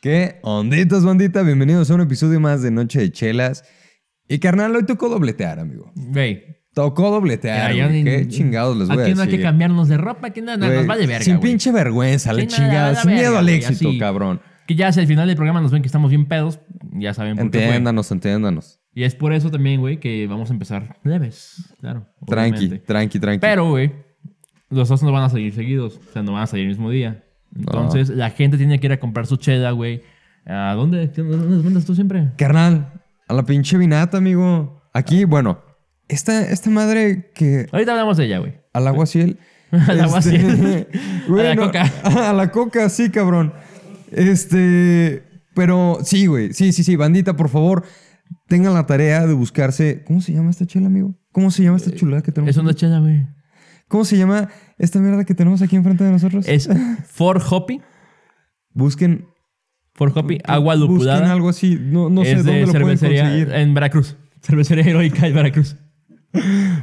¿Qué onditas, bandita? Bienvenidos a un episodio más de Noche de Chelas. Y carnal, hoy tocó dobletear, amigo. Güey. Tocó dobletear. Ya, ya güey. ni- Qué chingados les voy a Aquí decir. no hay que cambiarnos de ropa, aquí nada, Güey, nos va de verga. Sin güey. pinche vergüenza, la Sí, nada, chingada. la sin verga, miedo al güey, éxito, así. cabrón. Que ya hacia el final del programa nos ven que estamos bien pedos, ya saben por qué. güey. Entiéndanos, entiéndanos. Y es por eso también, güey, que vamos a empezar leves, claro. Tranqui, obviamente. tranqui, tranqui. Pero, güey, los dos no van a salir seguidos, o sea, no van a salir el mismo día. Entonces, la gente tiene que ir a comprar su cheda, güey. ¿A dónde? ¿Dónde nos mandas tú siempre? Carnal, a la pinche vinata, amigo. Aquí, bueno, esta, esta madre que Ahorita hablamos de ella, güey. al aguaciel. Al aguaciel. güey, A la no- coca. A la coca, sí, cabrón. Este, pero sí, güey. Sí, sí, sí. Bandita, por favor, tengan la tarea de buscarse. ¿Cómo se llama esta chela, amigo? ¿Cómo se llama esta chulada que tenemos? Eh, Es una cheda, güey. ¿Cómo se llama esta mierda que tenemos aquí enfrente de nosotros? Es For Hoppy. Busquen. For Hoppy, agua lupulada. Busquen algo así. No, no sé es dónde de lo pueden conseguir. cervecería en Veracruz. Cervecería heroica de Veracruz.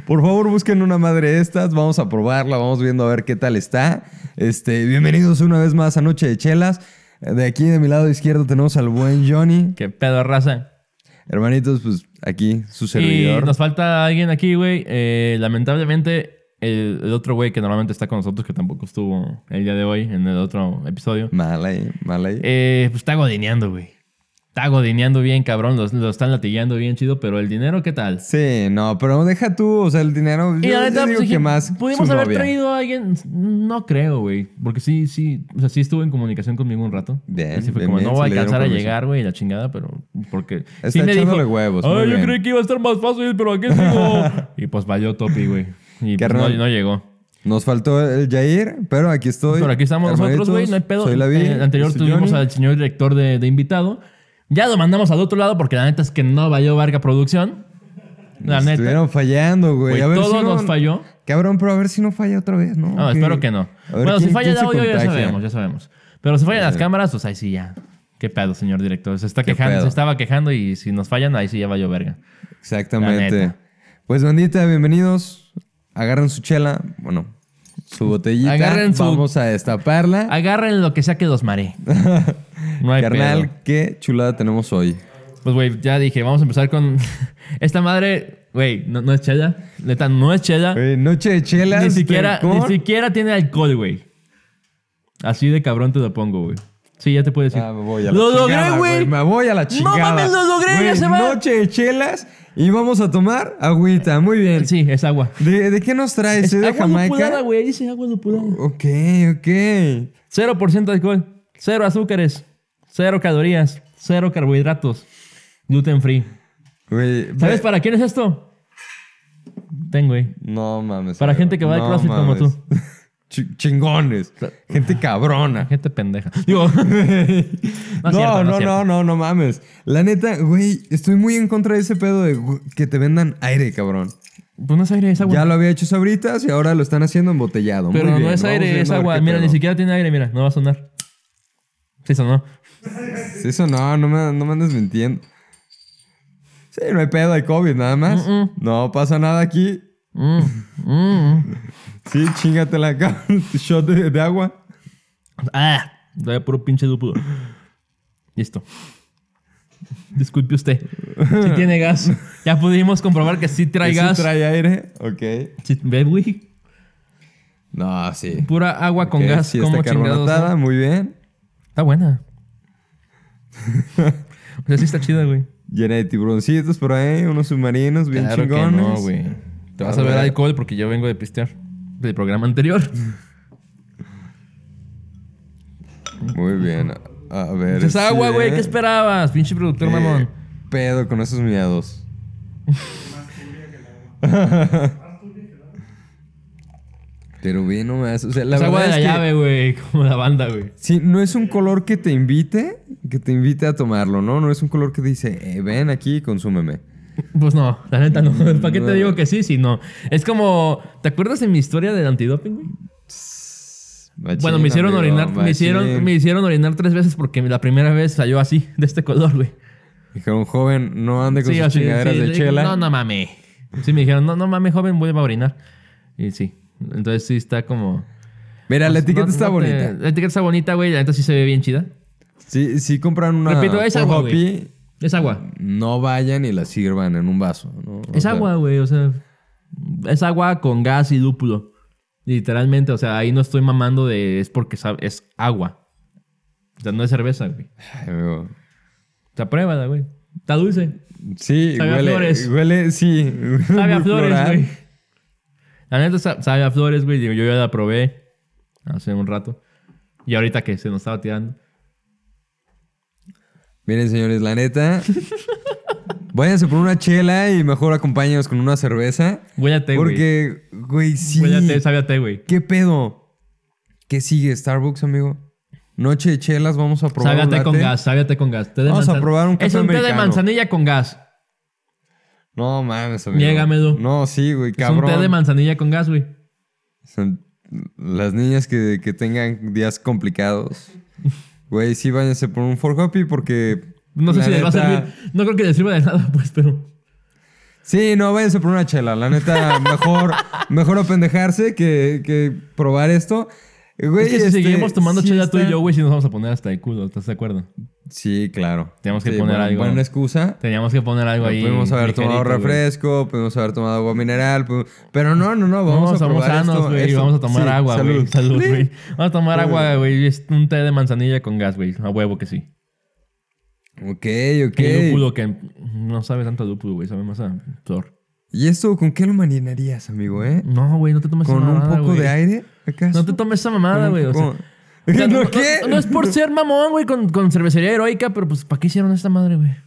Por favor, busquen una madre de estas. Vamos a probarla, vamos viendo a ver qué tal está. Este, bienvenidos una vez más a Noche de Chelas. De aquí de mi lado izquierdo tenemos al buen Johnny. Qué pedo raza. Hermanitos, pues aquí su Y servidor. nos falta alguien aquí, güey. Eh, lamentablemente, el, el otro güey que normalmente está con nosotros, que tampoco estuvo el día de hoy en el otro episodio, Mal ahí, mal ahí. eh, pues está godineando, güey. Está godineando bien, cabrón. Los- Lo, están latillando bien chido, pero el dinero, ¿qué tal? Sí, no, pero deja tú, o sea, el dinero. Y yo, la yo neta, pues, digo dije, que más. ¿Pudimos su haber novia. traído a alguien? No creo, güey. Porque sí, sí. O sea, sí estuvo en comunicación conmigo un rato. Bien, Así fue bien, como, bien, no voy se a le dieron alcanzar a permiso. llegar, güey, la chingada, pero. Porque. Está echándole huevos, muy Ay, yo bien". creí que iba a estar más fácil, pero aquí sigo. y pues valió topi, güey. Y pues, no, Carnal. no llegó. Nos faltó el Jair, pero aquí estoy. Pero aquí estamos nosotros, güey, Hermanitos, no hay pedo. Soy la este En el anterior tuvimos a al señor director de, de invitado. Ya lo mandamos al otro lado porque la neta es que no valió Varga Producción. La Nos neta. Estuvieron fallando, güey. Güey, A ver todo si no- nos falló. Cabrón, pero a ver si no falla otra vez, ¿no? No, Que- espero que no. A ver, Bueno, si ¿quién- falla quién el se audio, ya contagia? sabemos, ya sabemos. Pero si fallan las cámaras, pues ahí sí ya. Qué pedo, señor director. Se está Qué quejando, pedo. se estaba quejando y si nos fallan, ahí sí ya valió verga. La Exactamente. neta. Pues bandita, bienvenidos. Agarren su chela, bueno, su botellita. Agarren su- Vamos a destaparla. Agarren lo que sea que los maree. No hay Carnal, pedo. qué chulada tenemos hoy. Pues, güey, ya dije, vamos a empezar con. Esta madre, güey, no, no es chela. Neta, no es chela. Eh, noche de chelas. Ni siquiera, con- ni siquiera tiene alcohol, güey. Así de cabrón te lo pongo, güey. Sí, ya te puedo decir. Ah, me voy a la lo chingada, logré, güey. Me voy a la chingada. mames, lo logré, Güey, ya se va. Noche de chelas y vamos a tomar agüita. Muy bien. Sí, es agua. ¿De, de qué nos traes? ¿Es de agua lupulada, Jamaica? güey. Ahí Dice agua lupulada. Ok, ok. 0% de alcohol, 0 azúcares, 0 calorías, 0 carbohidratos, gluten free. Güey, ¿Sabes ve- para quién es esto? Ten, güey. No mames. Para gente que va al CrossFit como tú. Ch- chingones. Gente cabrona. Gente pendeja. Digo. no, No, no, no, no, no mames. La neta, güey, estoy muy en contra de ese pedo de güey, que te vendan aire, cabrón. no. Pues no es aire, es agua. Ya lo había hecho Sabritas y ahora lo están haciendo embotellado. Muy Pero no bien, es vamos aire, viendo es a ver agua. qué Mira, ni pedo. siquiera tiene aire, mira, no va a sonar. Sí sonó. Sí, Eso no, no me, no me andes mintiendo. Sí, no hay pedo, hay COVID nada más. No pasa nada aquí. Mm, mm. Sí, chingate la shot de, de agua. Ah, da puro pinche dupo. Listo. Disculpe usted. Si tiene gas. Ya pudimos comprobar que sí trae ¿Ese gas. Trae aire, ok. Sí, Ve, güey. No, sí. Pura agua con Ok, gas. sí, como está chingados. carbonatada, no? muy bien. Está buena. o sea, sí está chida, güey. Llena de tiburoncitos por ahí, unos submarinos bien chingones. no, güey. Te vas a ver alcohol porque yo vengo de pistear. Del programa anterior. Muy bien. A a ver. Es agua, este, güey. ¿Qué esperabas? Pinche productor qué mamón. Pedo con esos miados. Pero bien, no más. O sea, la es agua verdad de la es que llave, güey. Como la banda, güey. Sí, no es un color que te invite, que te invite a tomarlo, ¿no? No es un color que dice, eh, ven aquí y consúmeme. Pues no, la neta no. ¿Para qué No. te digo que sí si no? Es como. ¿Te acuerdas de mi historia del antidoping, güey? Bueno, me hicieron orinar, me hicieron, me hicieron orinar tres veces porque la primera vez salió así, de este color, güey. Dijeron, joven, no ande con Sí, sus así, chingaderas sí, de le- chela. No, no mames. Sí, me dijeron, no, no mames, joven, vuelve a orinar. Y sí. Entonces sí está como. Mira, la pues, etiqueta no- está no te- bonita. La etiqueta está bonita, güey. La neta sí se ve bien chida. Sí, sí compran una Repito, es agua, Hot Hoppy, Es agua. no vayan y la sirvan en un vaso. ¿no? O Es sea, agua, güey, o sea. Es agua con gas y lúpulo. Literalmente, o sea, ahí no estoy mamando de. Es porque sabe- es agua. O sea, no es cerveza, güey. ay, amigo. O sea, pruébala, güey. Está dulce. Sí, Sabe a huele, flores. huele, sí. huele Sabe a muy flores, floral. güey. La neta sa- sabe a flores, güey. Digo, Yo ya la probé hace un rato. Y ahorita que se nos estaba tirando. Miren, señores, la neta. váyanse por una chela y mejor acompáñenos con una cerveza. Huélate, güey. Porque, güey, sí. Huélate, sabe a té, güey. ¿Qué pedo? ¿Qué sigue? ¿Starbucks, amigo? Noche de chelas, vamos a probar. Sabe a un té con latte. gas, sabe a té con gas. Té de Vamos a manzan- probar un Es café un té de americano. manzanilla con gas. No mames, amigo. Niégamelo. No, sí, güey, Es un té de cabrón. manzanilla con gas, güey. Son las niñas que, que tengan días complicados. Güey, sí, váyanse por un for happy porque. No sé la si les va a neta- servir. No creo que les sirva de nada, pues, pero. Sí, no, váyanse por una chela. La neta, mejor, mejor apendejarse que, que probar esto. Güey, es que si este, seguimos tomando sí chela tú y está- yo, güey, si nos vamos a poner hasta el culo, ¿estás de acuerdo? Sí, claro. Tenemos que Sí, poner buena- algo. Buena excusa. Teníamos que poner algo ahí. pudimos haber ligerito, tomado güey. refresco, pudimos haber tomado agua mineral, pu- pero no, no, no, vamos No, a somos probar sanos, esto, güey. esto. Vamos a tomar Sí, agua, güey. salud. Salud, güey. Vamos a tomar Salud. agua, güey. Es un té de manzanilla con gas, güey. A huevo que sí. Ok, ok. El lúpulo que no sabe tanto a lúpulo, güey. Sabe más a flor. ¿Y esto con qué lo marinarías, amigo, eh? No, güey, no te tomes esa ¿Con un mamada, poco güey. de aire? ¿Acaso? No te tomes esa ¿Con mamada, un güey. O sea, poco- O sea, ¿No, no, qué? no- no es por ser mamón, güey, con, con cervecería heroica, pero pues, ¿para qué hicieron esta madre, güey? La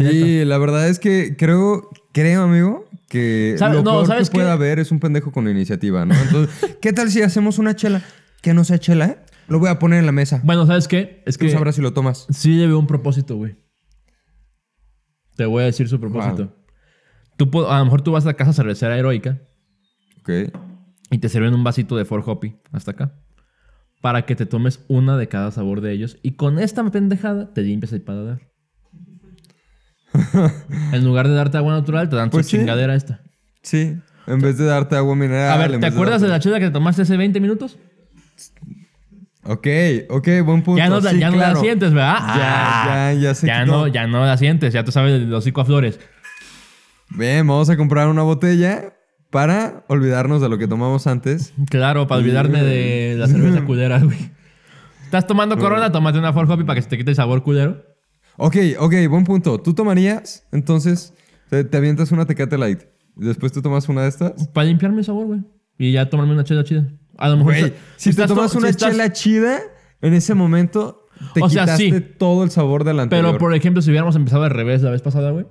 Sí, la verdad es que creo, creo, amigo, que ¿Sabe- lo no, peor ¿sabes que puede qué? haber es un pendejo con iniciativa, ¿no? Entonces, ¿qué tal si hacemos una chela? Que no sea chela, ¿eh? Lo voy a poner en la mesa. Bueno, ¿sabes qué? Es Tú que sabrás si lo tomas. sí le veo un propósito, güey. Te voy a decir su propósito. Tú, po- a lo mejor tú vas a la casa cervecera heroica Ok. y te sirven un vasito de Fort Hoppy hasta acá. Para que te tomes una de cada sabor de ellos. Y con esta pendejada te limpias el paladar. en lugar de darte agua natural, te dan Pues tu sí. chingadera esta. Sí, en vez de darte agua mineral. A ver, en ¿te vez de acuerdas de darte- la chela que te tomaste hace 20 minutos? Ok, ok, buen punto. Ya no, la- Sí, ya no claro. la sientes, ¿verdad? Ya, Ah, ya, ya se ya quitó. no, ya no la sientes, ya tú sabes el hocico a flores. Bien, vamos a comprar una botella para olvidarnos de lo que tomamos antes. Claro, para olvidarme de la cerveza culera, güey. ¿Estás tomando corona? Tómate una Ford Hoppy para que se te quite el sabor culero. Ok, ok, buen punto. ¿Tú tomarías? Entonces, te, te avientas una Tecate Light. y Después tú tomas una de estas. Para limpiarme el sabor, güey. Y ya tomarme una chela chida. A lo mejor. Güey, está- si te pues estás to- tomas si una estás- chela chida, en ese momento te O sea, quitaste sí. todo el sabor del anterior. Pero, por ejemplo, si hubiéramos empezado al revés la vez pasada, güey.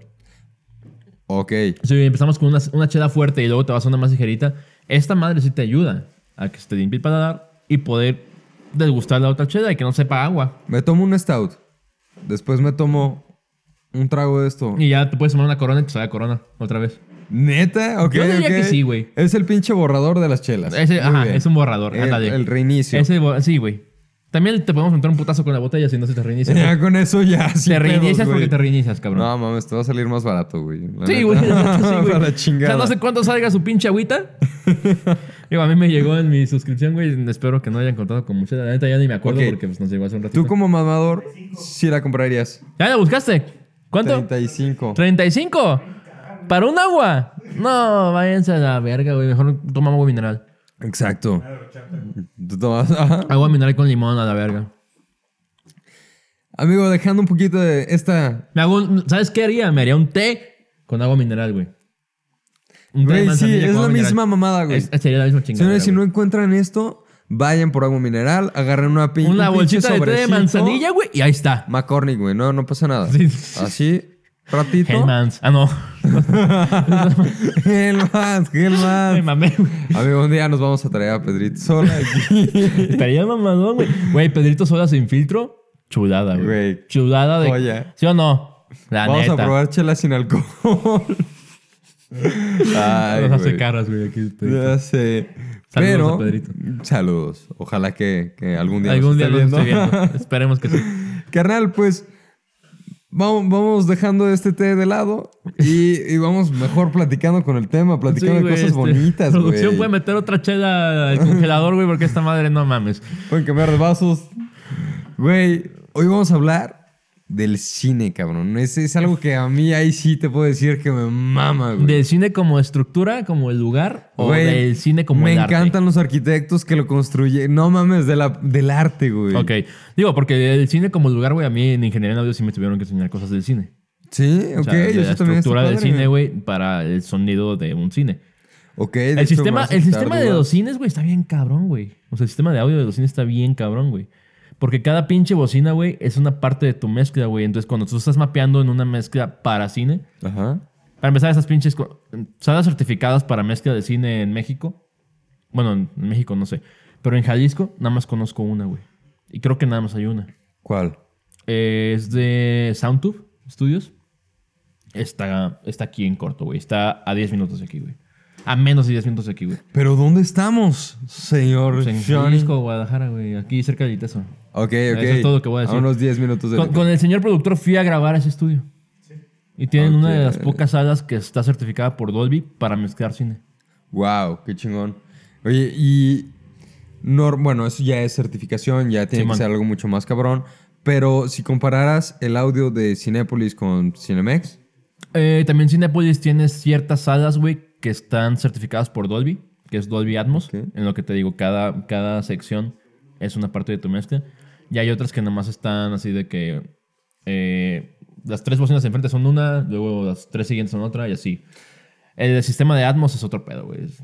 Ok, Si empezamos con una, una chela fuerte y luego te vas a una más ligerita, esta madre sí te ayuda a que se te limpie el paladar y poder degustar la otra chela y que no sepa agua. me tomo un stout. Después me tomo un trago de esto. Y ya te puedes tomar una corona y te sale corona otra vez. ¿Neta? Ok, Yo diría ok. que sí, güey. Es el pinche borrador de las chelas. Ese- Muy ajá, bien. es un borrador. El, ándale. el reinicio. Ese bo- sí, güey. También te podemos meter un putazo con la botella si no se te reinicia. güey. Ya con eso ya. sin te reinicias pedos, güey. porque te reinicias, cabrón. No, mames, te va a salir más barato, güey. la sí, neta. güey. la neta, sí, güey. Para la O chingada. sea, no sé cuánto salga su pinche agüita. Digo, a mí me llegó en mi suscripción, güey. Espero que no hayan contado con mucha. La neta ya ni me acuerdo Ok. porque pues, nos llegó hace un ratito. Tú como mamador, sí la comprarías. ¿Ya la buscaste? ¿Cuánto? 35. 35. ¿Para un agua? No, váyanse a la verga, güey. Mejor tomamos agua mineral. Exacto. Tú tomas- ajá. Agua mineral con limón a la verga. Amigo, dejando un poquito de esta... Me hago un- ¿Sabes qué haría? Me haría un té con agua mineral, güey. Un té de Güey, sí, manzanilla con es agua la mineral. misma mamada, güey. Es- sería la misma chingada. Señores, si no encuentran esto, vayan por agua mineral, agarren una pinche Una bolsita de té de manzanilla, güey, y ahí está. McCormick, güey. No, no pasa nada. Sí. Así, ratito. Hellmans. Ah, no. Hellmans, Me Hellmans. mamé, güey. Amigo, un día nos vamos a traer a Pedrito sola aquí. Estaría mamadón, güey. Güey, Pedrito Sola sin filtro. Chulada, güey. Güey. Chulada de. Joya. ¿Sí o no? La Vamos neta. a probar chela sin alcohol. Ay, Nos hace güey. caras, güey, aquí. Pedrito. Ya sé. Saludos Pero, a Pedrito. saludos. Ojalá que, que algún día nos Algún día esté lo viendo. estoy viendo. Esperemos que sí. Carnal, pues vamos, vamos dejando este té de lado y, y vamos mejor platicando con el tema, platicando Sí, de güey, cosas este, bonitas, Producción güey. puede meter otra chela al congelador, güey, porque esta madre no mames. Pueden cambiar de vasos. Güey, hoy vamos a hablar del cine, cabrón. Es, es algo que a mí ahí sí te puedo decir que me mama, güey. ¿Del cine como estructura, como el lugar? ¿O Güey, del cine como Me el arte? encantan los arquitectos que lo construyen. No mames, de la, del arte, güey. Ok. Digo, porque el cine como lugar, güey, a mí en ingeniería en audio sí me tuvieron que enseñar cosas del cine. Sí, O ok. sea, de eso la también está estructura del padre, cine, güey, para el sonido de un cine. Ok, de El hecho, me sistema, vas a el quitar sistema de dudas. los cines, güey, está bien cabrón, güey. O sea, el sistema de audio de los cines está bien cabrón, güey. Porque cada pinche bocina, güey, es una parte de tu mezcla, güey. Entonces, cuando tú estás mapeando en una mezcla para cine, Ajá. para empezar, esas pinches co- salas certificadas para mezcla de cine en México. Bueno, en en México no sé. Pero en Jalisco nada más conozco una, güey. Y creo que nada más hay una. ¿Cuál? Eh, Es de Soundtube Studios. Está, está aquí en corto, güey. Está a 10 minutos de aquí, güey. A menos de 10 minutos de aquí, güey. ¿Pero dónde estamos, señor Pues en Johnny? Jalisco, Guadalajara, güey. Aquí cerca del Iteso. Ok, ok. Eso es todo lo que voy a decir. A unos 10 minutos de... Con, con el señor productor fui a grabar a ese estudio. Y tienen una de las pocas salas que está certificada por Dolby para mezclar cine. Wow, qué chingón. Oye, y... nor- bueno, eso ya es certificación, ya tiene que Simón. ser algo mucho más cabrón. Pero si compararas el audio de Cinépolis con Cinemex... Eh, también Cinepolis tiene ciertas salas, güey, que están certificadas por Dolby, que es Dolby Atmos, Ok. en lo que te digo, cada, cada sección es una parte de tu mezcla. Y hay otras que nomás están así de que eh, las tres bocinas de enfrente son una, luego las tres siguientes son otra y así. El sistema de Atmos es otro pedo, güey. Es-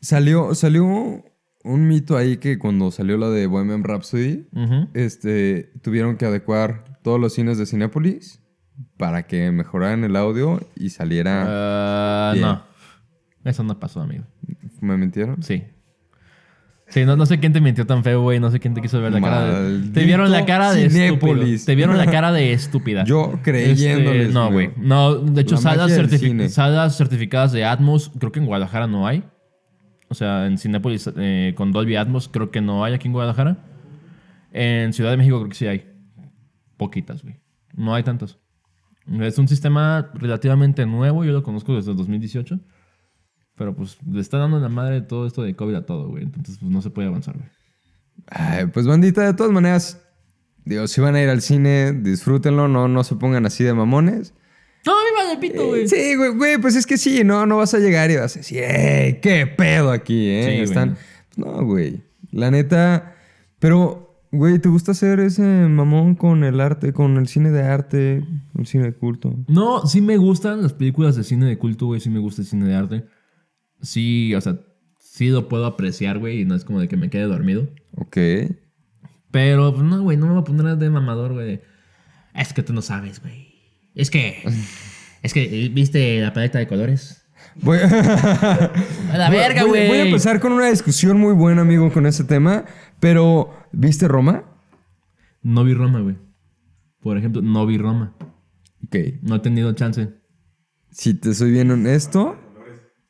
Salió, salió un mito ahí que cuando salió la de Bohemian Rhapsody, Ujú. este, tuvieron que adecuar todos los cines de Cinépolis para que mejoraran el audio y saliera... Ah, bien. no. Eso no pasó, amigo. ¿Me mintieron? Sí. Sí, no, no sé quién te mintió tan feo, güey. No sé quién te quiso ver la cara de. Maldito Te vieron la cara de Cinépolis. estúpido. Te vieron la cara de estúpida. Yo creyéndoles. creyéndole. Este, no, güey. güey. No, de hecho, La magia salas, del certifi- cine. salas certificadas de Atmos, creo que en Guadalajara no hay. O sea, en Cinépolis eh, con Dolby Atmos, creo que no hay aquí en Guadalajara. En Ciudad de México, creo que sí hay. Poquitas, güey. No hay tantas. Es un sistema relativamente nuevo, yo lo conozco desde el 2018. Pero pues le está dando la madre todo esto de COVID a todo, güey. Entonces pues, no se puede avanzar, güey. Ay, pues bandita, de todas maneras, digo, si van a ir al cine, disfrútenlo, no, no se pongan así de mamones. No, viva de pito, güey. Sí, güey, güey, pues es que sí, no, no vas a llegar y vas a decir, "Ey, qué pedo aquí, eh! Sí, güey. Están... No, güey. La neta. Pero, güey, ¿te gusta hacer ese mamón con el arte, con el cine de arte, el cine de culto? No, sí me gustan las películas de cine de culto, güey. Sí me gusta el cine de arte. Sí, o sea, sí lo puedo apreciar, güey. Y no es como de que me quede dormido. Ok. Pero, pues, no, güey, no me voy a poner de mamador, güey. Es que tú no sabes, güey. Es que. Es que, ¿viste la paleta de colores? Voy- A la verga, Voy- güey. Voy a empezar con una discusión muy buena, amigo, con ese tema. Pero, ¿viste Roma? No vi Roma, güey. Por ejemplo, no vi Roma. Ok. No he tenido chance. Si te soy bien honesto.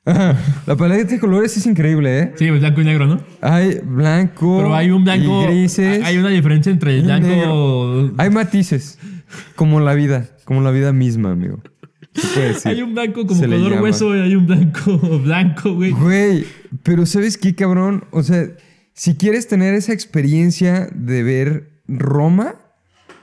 La paleta de colores es increíble, ¿eh? Sí, pues, blanco y negro, ¿no? Hay blanco. Pero hay un blanco. Y grises. Hay una diferencia entre el un blanco. negro. Hay matices. Como la vida. Como la vida misma, amigo. Se puede decir. Hay un blanco como Se le color llama. hueso, güey. Hay un blanco blanco, güey. Güey, pero ¿sabes qué, cabrón? O sea, si quieres tener esa experiencia de ver Roma,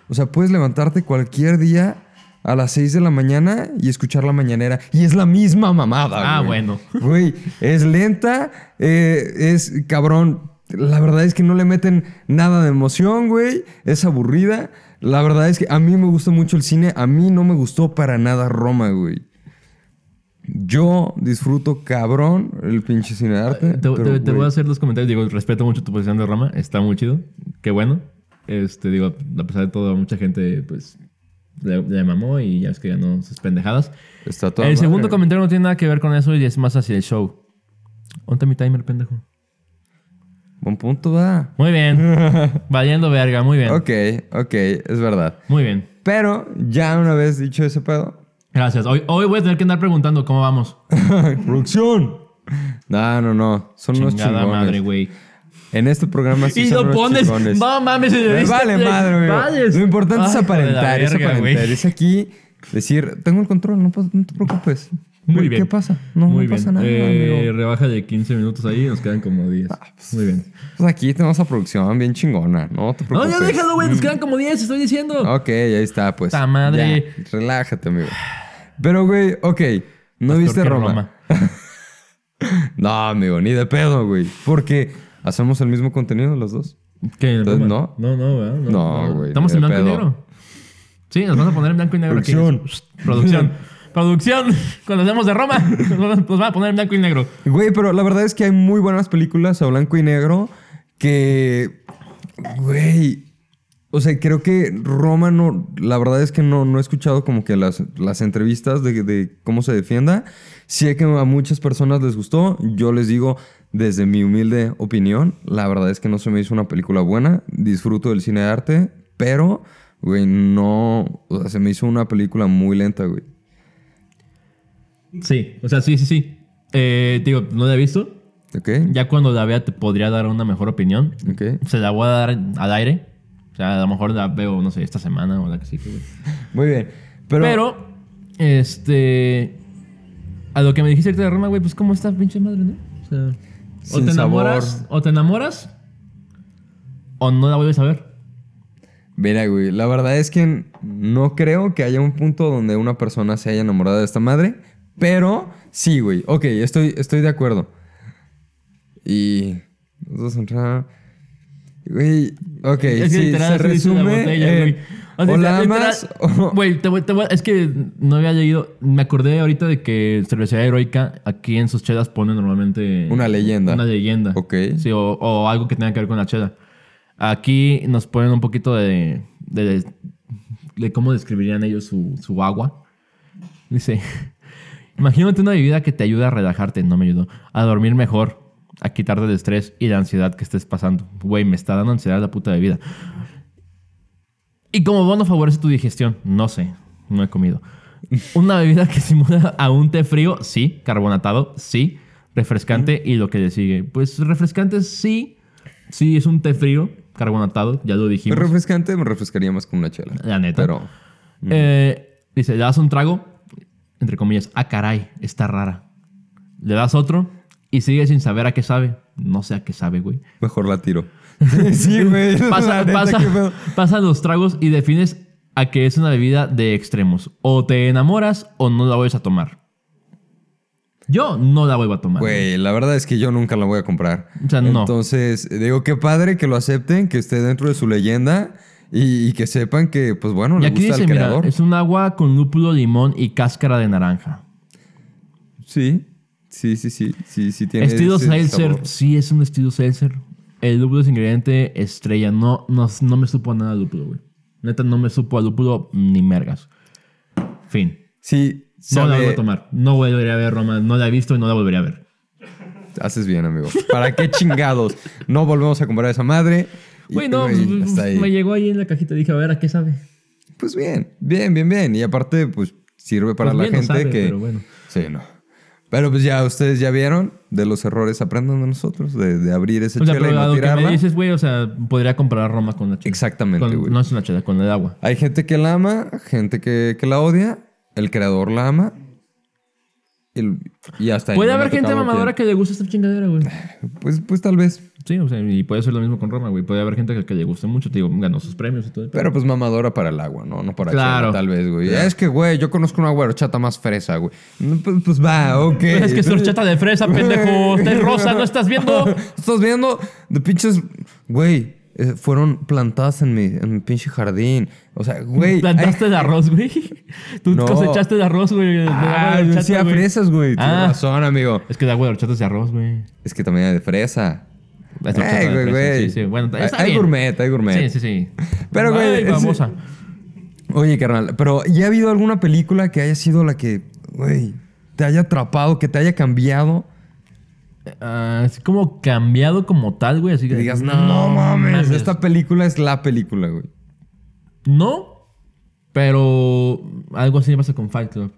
o sea, puedes levantarte cualquier día a las 6 de la mañana y escuchar la mañanera. Y es la misma mamada. Ah, güey. bueno. Güey, es lenta, eh, es cabrón. La verdad es que no le meten nada de emoción, güey. Es aburrida. La verdad es que a mí me gusta mucho el cine. A mí no me gustó para nada Roma, güey. Yo disfruto cabrón el pinche cine de arte. Te, te- Eh, pero, te voy güey, a hacer dos comentarios. Digo, respeto mucho tu posición de Roma. Está muy chido. Qué bueno. Este, digo, a pesar de todo, mucha gente, pues, le, le mamó y ya es que ganó sus pendejadas. Está todo. El segundo comentario no tiene nada que ver con eso y es más hacia el show. Onta mi timer, pendejo. Buen punto, va. Muy bien. Valiendo verga. Muy bien. Ok, ok, es verdad. Muy bien. Pero ya una vez dicho ese pedo, Gracias. Hoy, hoy voy a tener que andar preguntando cómo vamos. ¡Producción! No, no, no. Son unos Chingada chingones. madre, güey. En este programa sí Y son lo unos pones. chingones. No mames, Me vale madre, amigo. Lo importante es aparentar, es aparentar. Es aquí Decir, tengo el control, no, pas- no te preocupes. Muy ¿Qué- bien. ¿Qué pasa? No, Muy no bien. pasa nada, Eh, amigo. Ah, Rebaja de 15 minutos ahí y nos quedan como 10. Muy bien. Pues aquí tenemos a producción bien chingona, no te No, preocupes. ya déjalo, Mm. güey. Nos quedan como 10, estoy diciendo. Ok, ahí está, pues. Ta madre. Ya, relájate, amigo. Pero, güey, ok. ¿No Más viste peor que Roma? No, amigo, ni de pedo, güey. Porque hacemos el mismo contenido los dos. ¿Qué? Entonces, Roma? No, no, ¿verdad? No, güey, Estamos en ni de blanco y pedo. negro. Sí, nos van a poner en blanco y negro. aquí. Producción. Producción. Producción. Cuando seamos de Roma, nos van a poner en blanco y negro. Güey, pero la verdad es que hay muy buenas películas a blanco y negro que. Güey. O sea, creo que Roma no. La verdad es que no, no he escuchado como que las, las entrevistas de, de cómo se defienda. Sé que a muchas personas les gustó. Yo les digo, desde mi humilde opinión, la verdad es que no se me hizo una película buena. Disfruto del cine de arte, pero, güey, no. O sea, se me hizo una película muy lenta, güey. Sí, o sea, sí, sí, sí. Eh, te digo, no la he visto. ¿Ok? Ya cuando la vea te podría dar una mejor opinión. ¿Ok? Se la voy a dar al aire. O sea, a lo mejor la veo, no sé, esta semana o la que sí. güey. Muy bien. Pero, este. A lo que me dijiste ahorita de Roma, güey, pues cómo está, pinche madre, ¿no? O sea, o Sin te enamoras, sabor. o te enamoras, o no la vuelves a ver. Mira, güey, la verdad es que no creo que haya un punto donde una persona se haya enamorado de esta madre, pero sí, güey. Ok, estoy, estoy de acuerdo. Y. Vamos a entrar. Güey, ok, Es que sí, literal, se así dice la resume. botella, en, güey. O sea, o la literal- amas o- Güey, te voy- te voy- es que no había leído. Me acordé ahorita de que Cervecería Heroica aquí en sus chelas pone normalmente. Una leyenda. Una leyenda. Ok. Sí, o, o algo que tenga que ver con la chela. Aquí nos ponen un poquito de. de, de cómo describirían ellos su, su agua. Dice. Imagínate una bebida que te ayuda a relajarte, no me ayudó, a dormir mejor, a quitarte el estrés y la ansiedad que estés pasando. Güey, me está dando ansiedad la puta bebida. Y como bono favorece tu digestión, no sé, no he comido. Una bebida que simula a un té frío, sí, carbonatado, sí, refrescante y lo que le sigue. Pues refrescante sí, sí es un té frío, carbonatado, ya lo dijimos. refrescante me refrescaría más con una chela. La neta. Pero. Eh, dice, le das un trago, entre comillas, ah, caray, está rara. Le das otro y sigue sin saber a qué sabe. No sé a qué sabe, güey. Mejor la tiro. sí, güey. la Pasa, neta, pasa- qué pedo. pasa los tragos y defines a que es una bebida de extremos. O te enamoras o no la vuelves a tomar. Yo no la vuelvo a tomar. Güey, la verdad es que yo nunca la voy a comprar. O sea, no. Entonces, digo, qué padre que lo acepten, que esté dentro de su leyenda y, y que sepan que, pues bueno, Y le aquí gusta dice, al mira, creador. es un agua con lúpulo, limón y cáscara de naranja. Sí, sí, sí, sí, sí, sí tiene estilo ese seltzer, sabor. sí es un estilo seltzer. El lúpulo es ingrediente estrella. No, no, no me supo a nada lúpulo, güey. Neta, no me supo a lúpulo ni mergas. Fin. Sí, No la sabe- vuelvo a tomar. No volveré a ver Roma. No la he visto y no la volveré a ver. haces bien, amigo. ¿Para qué chingados? No volvemos a comprar esa madre. Y, Güey, no, güey, pues, hasta ahí. me llegó ahí en la cajita. Dije, a ver, ¿a qué sabe? Pues bien, bien, bien, bien. Y aparte, pues sirve para Pues la bien no gente sabe, que... pero bueno. Sí, no. Pero pues ya ustedes ya vieron de los errores aprendan de nosotros, de, de abrir ese O sea, chela pero y a no lo Pues que tirarla. me dices, güey, o sea, podría comprar Roma con la chela. Exactamente, Con- güey. No es una chela, con el agua. Hay gente que la ama, gente que, que la odia, el creador la ama. Y, y hasta ahí Puede no me haber ha gente tocado mamadora que le gusta esta chingadera, güey. quien- Pues, pues tal vez. Sí, o sea, y puede ser lo mismo con Roma, güey. Puede haber gente que, que le guste mucho. Te digo, ganó sus premios y todo. Pero pues mamadora para el agua, ¿no? No para Claro. chela, tal vez, güey. Es que, güey, yo conozco una güey chata más fresa, güey. No, Pues, pues va, ok. Pues es que es horchata de fresa, pendejo. Está en rosa, ¿no estás viendo? ¿Estás viendo? De pinches... Güey, eh, fueron plantadas en mi, en mi pinche jardín. O sea, güey... hay- Plantaste el arroz, güey. Tú No. cosechaste el arroz, güey. de agua Ah, yo de horchata, decía güey. fresas, güey. Tienes Ah. razón, amigo. Es que de agua de horchata es de arroz, güey. Es que también hay de fresa. Es horchata Ay, de güey, fresa, güey. Sí, sí. Bueno, Hay- está hay bien. gourmet, hay gourmet. Sí, sí, sí. Pero, güey, Ay, es- Babosa. Oye, carnal, pero ¿ya ha habido alguna película que haya sido la que, güey, te haya atrapado, que te haya cambiado? Ah, así como cambiado como tal, güey. Así Que que digas, no, mames, esta película es la película, güey. No, pero algo así me pasa con Fight Club.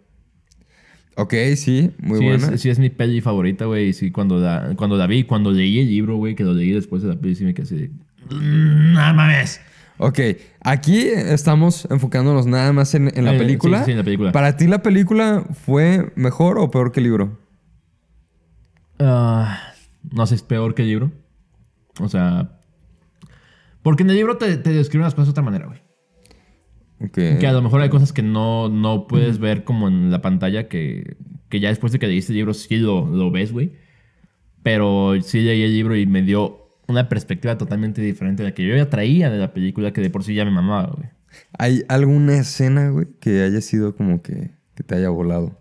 Ok, sí, muy sí, buena. Es, sí, es mi peli favorita, güey. Y sí, cuando la, cuando la vi, cuando leí el libro, güey, que lo leí después de la peli, sí me quedé así de. "Mm, ¡No mames! Ok, aquí estamos enfocándonos nada más en, en la Eh, película. sí, sí, en la película. ¿Para ti la película fue mejor o peor que el libro? Ah, no sé, es peor que el libro. O sea. Porque en el libro te, te describen las cosas de otra manera, güey. Ok. Que a lo mejor hay cosas que no, no puedes ver como en la pantalla que, que ya después de que leíste el libro sí lo, lo ves, güey. Pero sí leí el libro y me dio una perspectiva totalmente diferente de la que yo ya traía de la película que de por sí ya me mamaba, güey. ¿Hay alguna escena, güey, que haya sido como que, que te haya volado?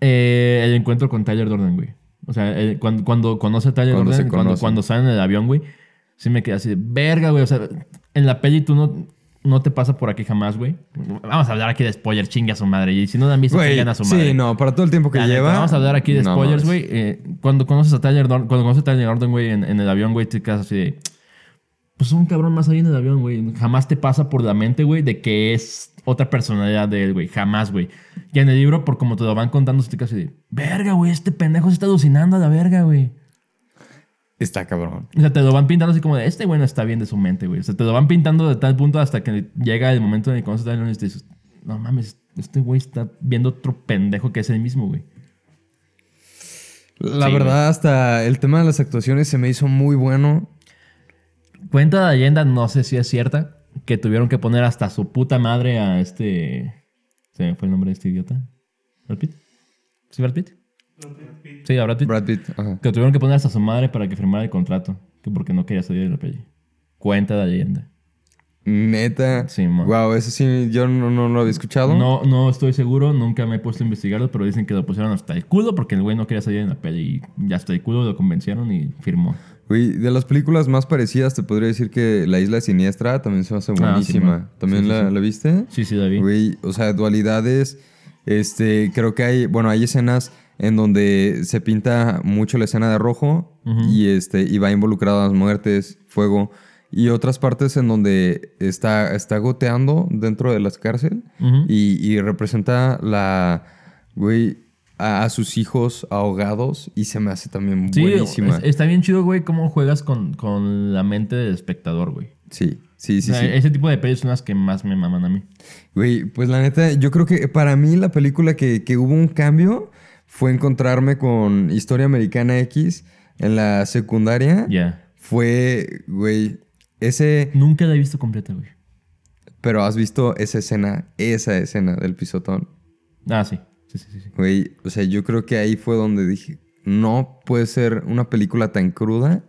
Eh, el encuentro con Tyler Durden, güey. O sea, el- cuando, cuando conoce a Tyler Cuando Durden, se cuando, conocen. cuando salen del avión, güey, sí me quedé así de verga, güey. O sea, en la peli tú no, no te pasa por aquí jamás, güey. Vamos a hablar aquí de spoiler, chingue a su madre. Y si no la han visto, Güey, chinguen a su madre. sí, no, para todo el tiempo que La neta, lleva. Vamos a hablar aquí de no spoilers, mames. güey. Eh, cuando conoces a Tyler Durden, cuando conoces a Tyler Durden, güey, en, en el avión, güey, te quedas así de. Pues un cabrón más ahí en el avión, güey. Jamás te pasa por la mente, güey, de que es otra personalidad de él, güey. Jamás, güey. Y en el libro, por como te lo van contando, te quedas así de. Verga, güey, este pendejo se está alucinando a la verga, güey. Está cabrón. O sea, te lo van pintando así como de, este güey no está bien de su mente, güey. O sea, te lo van pintando de tal punto hasta que llega el momento en el que conoces a Tyler Durden y te dices, no mames, este güey está viendo otro pendejo que es el mismo, güey. La Sí, verdad, hasta el tema de las actuaciones se me hizo muy bueno. Cuenta la leyenda, no sé si es cierta, que tuvieron que poner hasta su puta madre a este. Se me fue el nombre de este idiota. ¿Brad Pitt? ¿Sí, Brad Pitt? Sí, a Brad Pitt. Brad Pitt. ajá. Que tuvieron que poner hasta su madre para que firmara el contrato, que porque no quería salir de la peli. Cuenta la leyenda. Neta. Sí, man. Wow, eso sí, yo no, no lo había escuchado. No, no estoy seguro, nunca me he puesto a investigarlo, pero dicen que lo pusieron hasta el culo porque el güey no quería salir de la peli y ya hasta el culo lo convencieron y firmó. Güey, de las películas más parecidas, te podría decir que La Isla Siniestra también se me hace Ah, sí, buenísima. man. ¿También Sí, sí, la, sí. la viste? Sí, sí, David. Güey, o sea, dualidades. Este, creo que hay, bueno, hay escenas en donde se pinta mucho la escena de rojo y este, y va involucrada las muertes, fuego. Y otras partes en donde está, está goteando dentro de las cárceles Ujú. y, y representa la, güey, a, a sus hijos ahogados y se me hace también Sí, buenísima. es- está bien chido, güey, cómo juegas con, con la mente del espectador, güey. Sí, sí, sí, O sea, sí. Ese tipo de pelis son las que más me maman a mí. Güey, pues la neta, yo creo que para mí la película que, que hubo un cambio fue encontrarme con Historia Americana X en la secundaria. Ya. Fue, güey, ese... Nunca la he visto completa, güey. Pero has visto esa escena, esa escena del pisotón. Ah, sí. Sí, sí, sí. sí. Güey, o sea, yo creo que ahí fue donde dije, no puede ser una película tan cruda.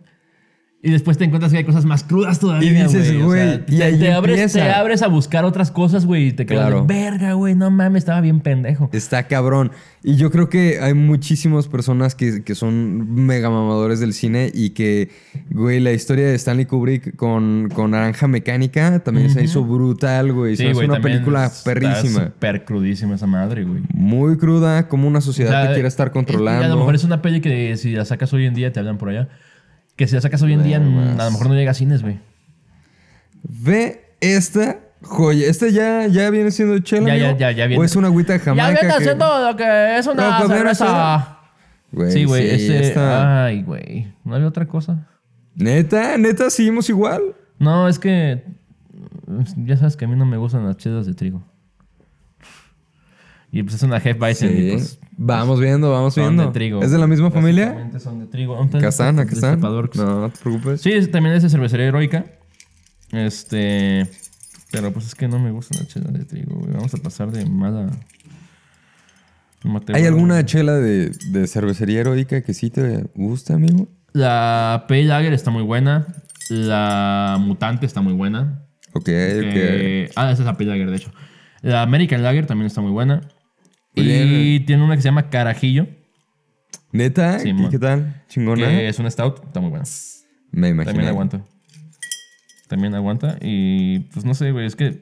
Y después te encuentras que hay cosas más crudas todavía. Y dices, o sea, güey, y te, ahí te abres, te empieza. abres a buscar otras cosas, güey, y te quedas Claro. de verga, güey. No mames, estaba bien pendejo. Está cabrón. Y yo creo que hay muchísimas personas que, que son mega mamadores del cine y que, güey, la historia de Stanley Kubrick con, con Naranja Mecánica también se hizo brutal, güey. se hizo güey, una también película está perrísima. Súper crudísima esa madre, güey. Muy cruda, como una sociedad O sea, que quiere estar A lo controlando. mejor es una peli que si la sacas hoy en día, te hablan por allá. Que si la sacas hoy en día, Nada más. a lo mejor no llega a cines, güey. Ve esta joya. Esta ya, ya viene siendo chela. Ya, ya, amigo? ya, ya viene. O es una agüita de Ya jamaica. ven que- pues, haciendo lo que es una Lo que viene cerveza. haciendo- Güey, Sí, güey, este, sí, ese. esta- Ay, güey. No había otra cosa. Neta, neta, seguimos igual. No, es que. mm, Ya sabes que a mí no me gustan las chedas de trigo. Y pues es una Jeff Bison. y, Sí. pues, vamos viendo, vamos son viendo. de trigo. ¿Es de la misma familia? Básicamente Son de trigo. Acá están, acá Este están. destapador que- No, no te preocupes. Sí, es- también es de cervecería heroica. Este. Pero pues es que no me gustan las chedas de trigo, güey. Vamos a pasar de mala. ¿Hay alguna chela de, de cervecería heroica que sí te gusta, amigo? La Pale Lager está muy buena. La Mutante está muy buena. Ok, ok. Eh, ah, esa es la Pale Lager, de hecho. La American Lager también está muy buena. Muy y tiene una que se llama Carajillo, ¿Neta? Sí, ¿Y mon. qué tal? que ¿Chingona? es una stout, está muy buena. Me imagino. También aguanta. También aguanta. Y pues no sé, güey, es que.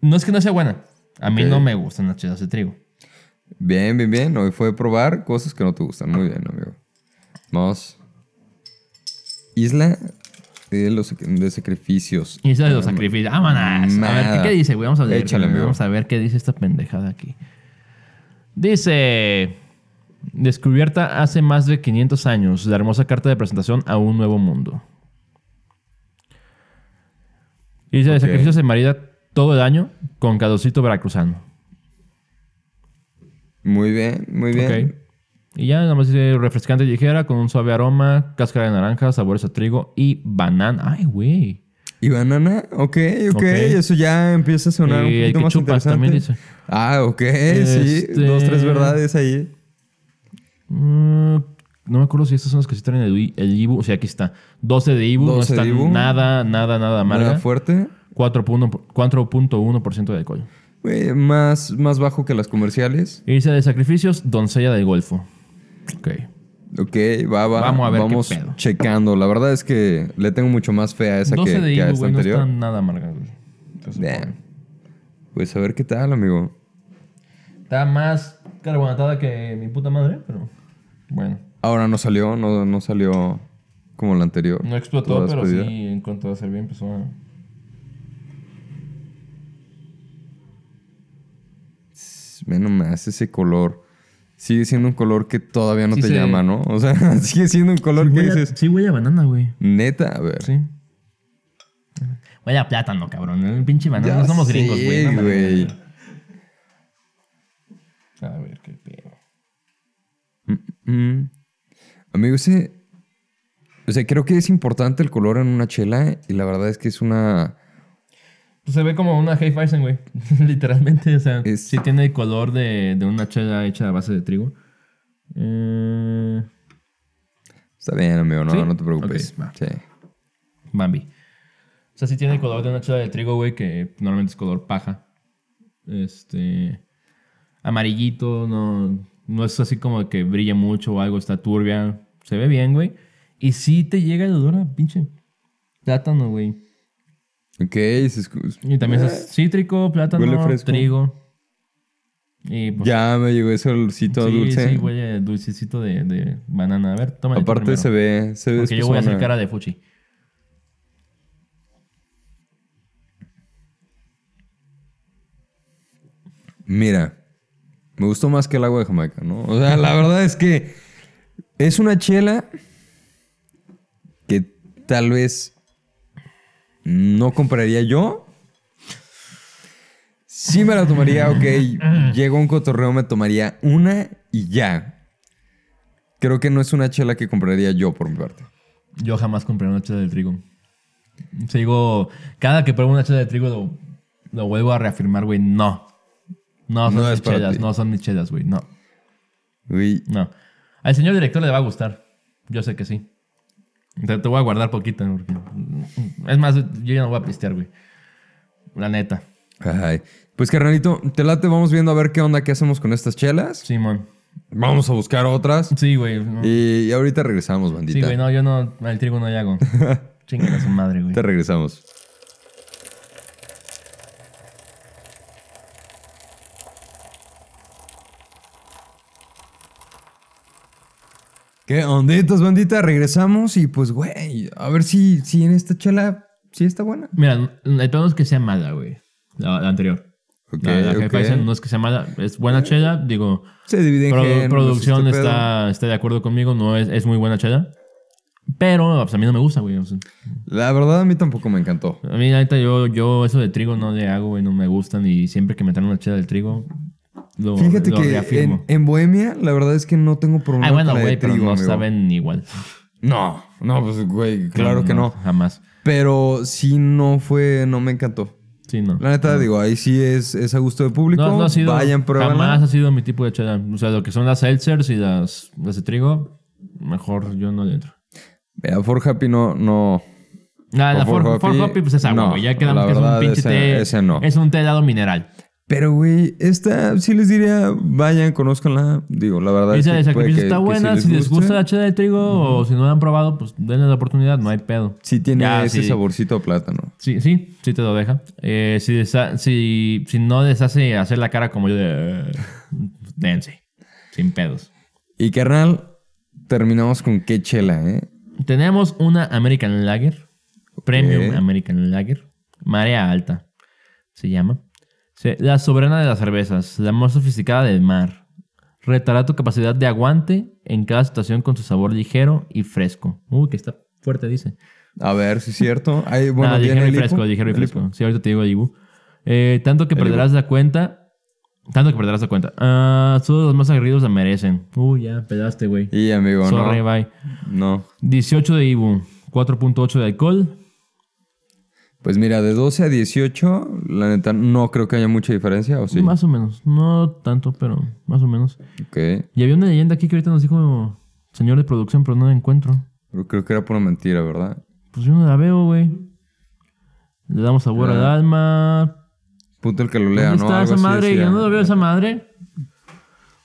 No es que no sea buena. A mí Ok. no me gustan las chelas de trigo. Bien, bien, bien. Hoy fue probar cosas que no te gustan. Muy bien, amigo. Vamos. Isla de los sac- de sacrificios. Y eso de los sacrificios. ¡Vámonos! A ver, ¿qué- Mm, Nada. ¿qué dice, güey? Vamos a ver. Échale, amigo. Vamos a ver qué dice esta pendejada aquí. Dice. Descubierta hace más de 500 años, la hermosa carta de presentación a un nuevo mundo. Y dice, Ok. sacrificio se marida todo el año con cadocito veracruzano. Muy bien, muy bien. Ok. Y ya nada más dice refrescante y ligera con un suave aroma, cáscara de naranja, sabores a trigo y banana. Ay, güey. ¿Y banana? Ok, ok. Ok. Eso ya empieza a sonar Y un el poquito que más chupas interesante. también dice. Ah, ok. Sí, Este- dos, tres verdades ahí. Mm, no me acuerdo si estas son las que sí traen el, Ibu- el Ibu. O sea, aquí está. 12 de Ibu. 12 de no están Ibu. nada, nada, nada Nada amarga. fuerte. 4.1% 4.1% de alcohol. Güey, más, más bajo que las comerciales. Y dice de sacrificios, doncella del golfo. Ok. Ok, va, va. Vamos a ver qué Vamos pedo. checando. La verdad es que le tengo mucho más fe a esa 12 que, de que a Ibu, esta güey. No anterior. están nada amarga, güey. Entonces, Damn. Pues a ver qué tal, amigo. Está más carbonatada que mi puta madre, pero bueno. Ahora no salió, no, no salió como la anterior. No explotó, Toda pero despedida. sí, en cuanto a pues, servir empezó a... Menos más ese color. Sigue siendo un color que todavía no Sí te se- llama, ¿no? O sea, sigue siendo un color que dices, sí, huele a banana, güey. neta, a ver. Sí. Huele a plátano, cabrón. El pinche banana. Ya No somos sé, gringos, güey. No mames. güey. A ver, qué pedo. Mm. Amigo, ese. O sea, creo que es importante el color en una chela y la verdad es que es una. Pues se ve como una Hefeweizen, güey. Literalmente, o sea, Es- sí tiene el color de, de una chela hecha a base de trigo. Eh, Está bien, amigo, no, ¿Sí? no te preocupes. Ok, va. Sí. Bambi. O sea, sí tiene el color de una chela de trigo, güey, que normalmente es color paja. Este. Amarillito, no, no es así como que brille mucho o algo, está turbia. Se ve bien, güey. Y sí te llega el olor a pinche plátano, güey. Ok, se escu- Y también es cítrico, Eh. huele plátano, fresco. trigo. Y pues. Ya me llegó ese olorcito sí, dulce. sí, huele dulcecito de, de banana. A ver, toma. Aparte se ve, se ve Porque yo voy a hacer espesona. cara de fuchi. Mira, me gustó más que el agua de Jamaica, ¿no? O sea, la verdad es que es una chela que tal vez no compraría yo. Sí me la tomaría, ok. Llego a un cotorreo, me tomaría una y ya. Creo que no es una chela que compraría yo por mi parte. Yo jamás compré una chela de trigo. Sigo. Cada que pruebo una chela de trigo lo, lo vuelvo a reafirmar, güey. No. No son No mis es para chelas, ti. no son mis chelas, güey. No, Uy, no. Al señor director le va a gustar. Yo sé que sí. Te, te voy a guardar poquito. porque- Es más, yo ya no voy a pistear, güey. La neta. ay. Pues carnalito, te late, vamos viendo a ver qué onda, qué hacemos con estas chelas. Simón. Vamos a buscar otras. Sí, güey. no. Y ahorita regresamos, bandita. Sí, güey, no, yo no. El trigo no le hago. Chinga a su madre, güey. Te regresamos. ¿Qué onditas, bandita? Regresamos y pues, güey, a ver si, si en esta chela sí está buena. Mira, el pedo no es que sea mala, güey. La, la anterior. Ok, la la ok. Hefeweizen no es que sea mala. Es buena chela. Digo, Se divide en produ- géneros, producción este pedo. está, está de acuerdo conmigo. No es, es muy buena chela. Pero pues, a mí no me gusta, güey. o sea, La verdad, a mí tampoco me encantó. a mí, la neta, yo, yo eso de trigo no le hago, güey. No me gustan. Y siempre que me traen una chela del trigo, lo, Fíjate lo que reafirmo. en, en Bohemia, la verdad es que no tengo problema Ay, bueno, con la de güey, pero trigo, no amigo. saben igual. No, no, pues, güey, claro que no. Jamás. Pero sí no fue, no me encantó. Sí, no. La neta, digo, ahí sí es, es a gusto de público. No, no ha sido. Vayan, pruébenla. Jamás ha sido mi tipo de chela. O sea, lo que son las seltzers y las, las de trigo, mejor yo no le entro. Mira, For Happy no, no. La, la O Fort Fort Fort Hoppy, Hoppy, pues es agua, no, güey. Ya quedamos la que es un verdad, pinche ese- té. ese no. Es un té helado mineral. Pero, güey, esta sí les diría, vayan, conózcanla. Digo, la verdad Dice, el es que puede sacrificio que- está que buena. si les gusta la chela de trigo o si no la han probado, pues denle la oportunidad. No hay pedo. Sí tiene Ya, ese sí. saborcito a plátano. Sí, sí, sí te lo deja. Eh, si, les ha- si, si no les hace hacer la cara como yo de... eh, dense. Sin pedos. Y, carnal, terminamos con qué chela, ¿eh? Tenemos una American Lager, Premium American Lager, Marea Alta, se llama. Se- La soberana de las cervezas, la más sofisticada del mar. Retará tu capacidad de aguante en cada situación con su sabor ligero y fresco. Uy, que está fuerte, dice. A ver, si es cierto. Ahí, bueno, Nada, dije viene el refresco, hipo. dije El hipo. refresco. Sí, ahorita te digo el Ibu. Eh, tanto que perderás la cuenta. Tanto que perderás la cuenta. Ah, todos los más aguerridos la merecen. Uy, ya, pedaste, güey. Y amigo, Sorry, no. bye. No. 18 de Ibu, 4.8 de alcohol. Pues mira, de 12 a 18, la neta, no creo que haya mucha diferencia, ¿o sí? Más o menos. No tanto, pero más o menos. Ok. Pero Y había una leyenda aquí que ahorita nos dijo señor de producción, pero no la encuentro. creo que era pura mentira, ¿verdad? Pues yo no la veo, güey. Le damos sabor al alma. Punto el que lo ¿Dónde Ah. lea, ¿no? está Algo esa así madre? decía. Yo no la veo esa madre.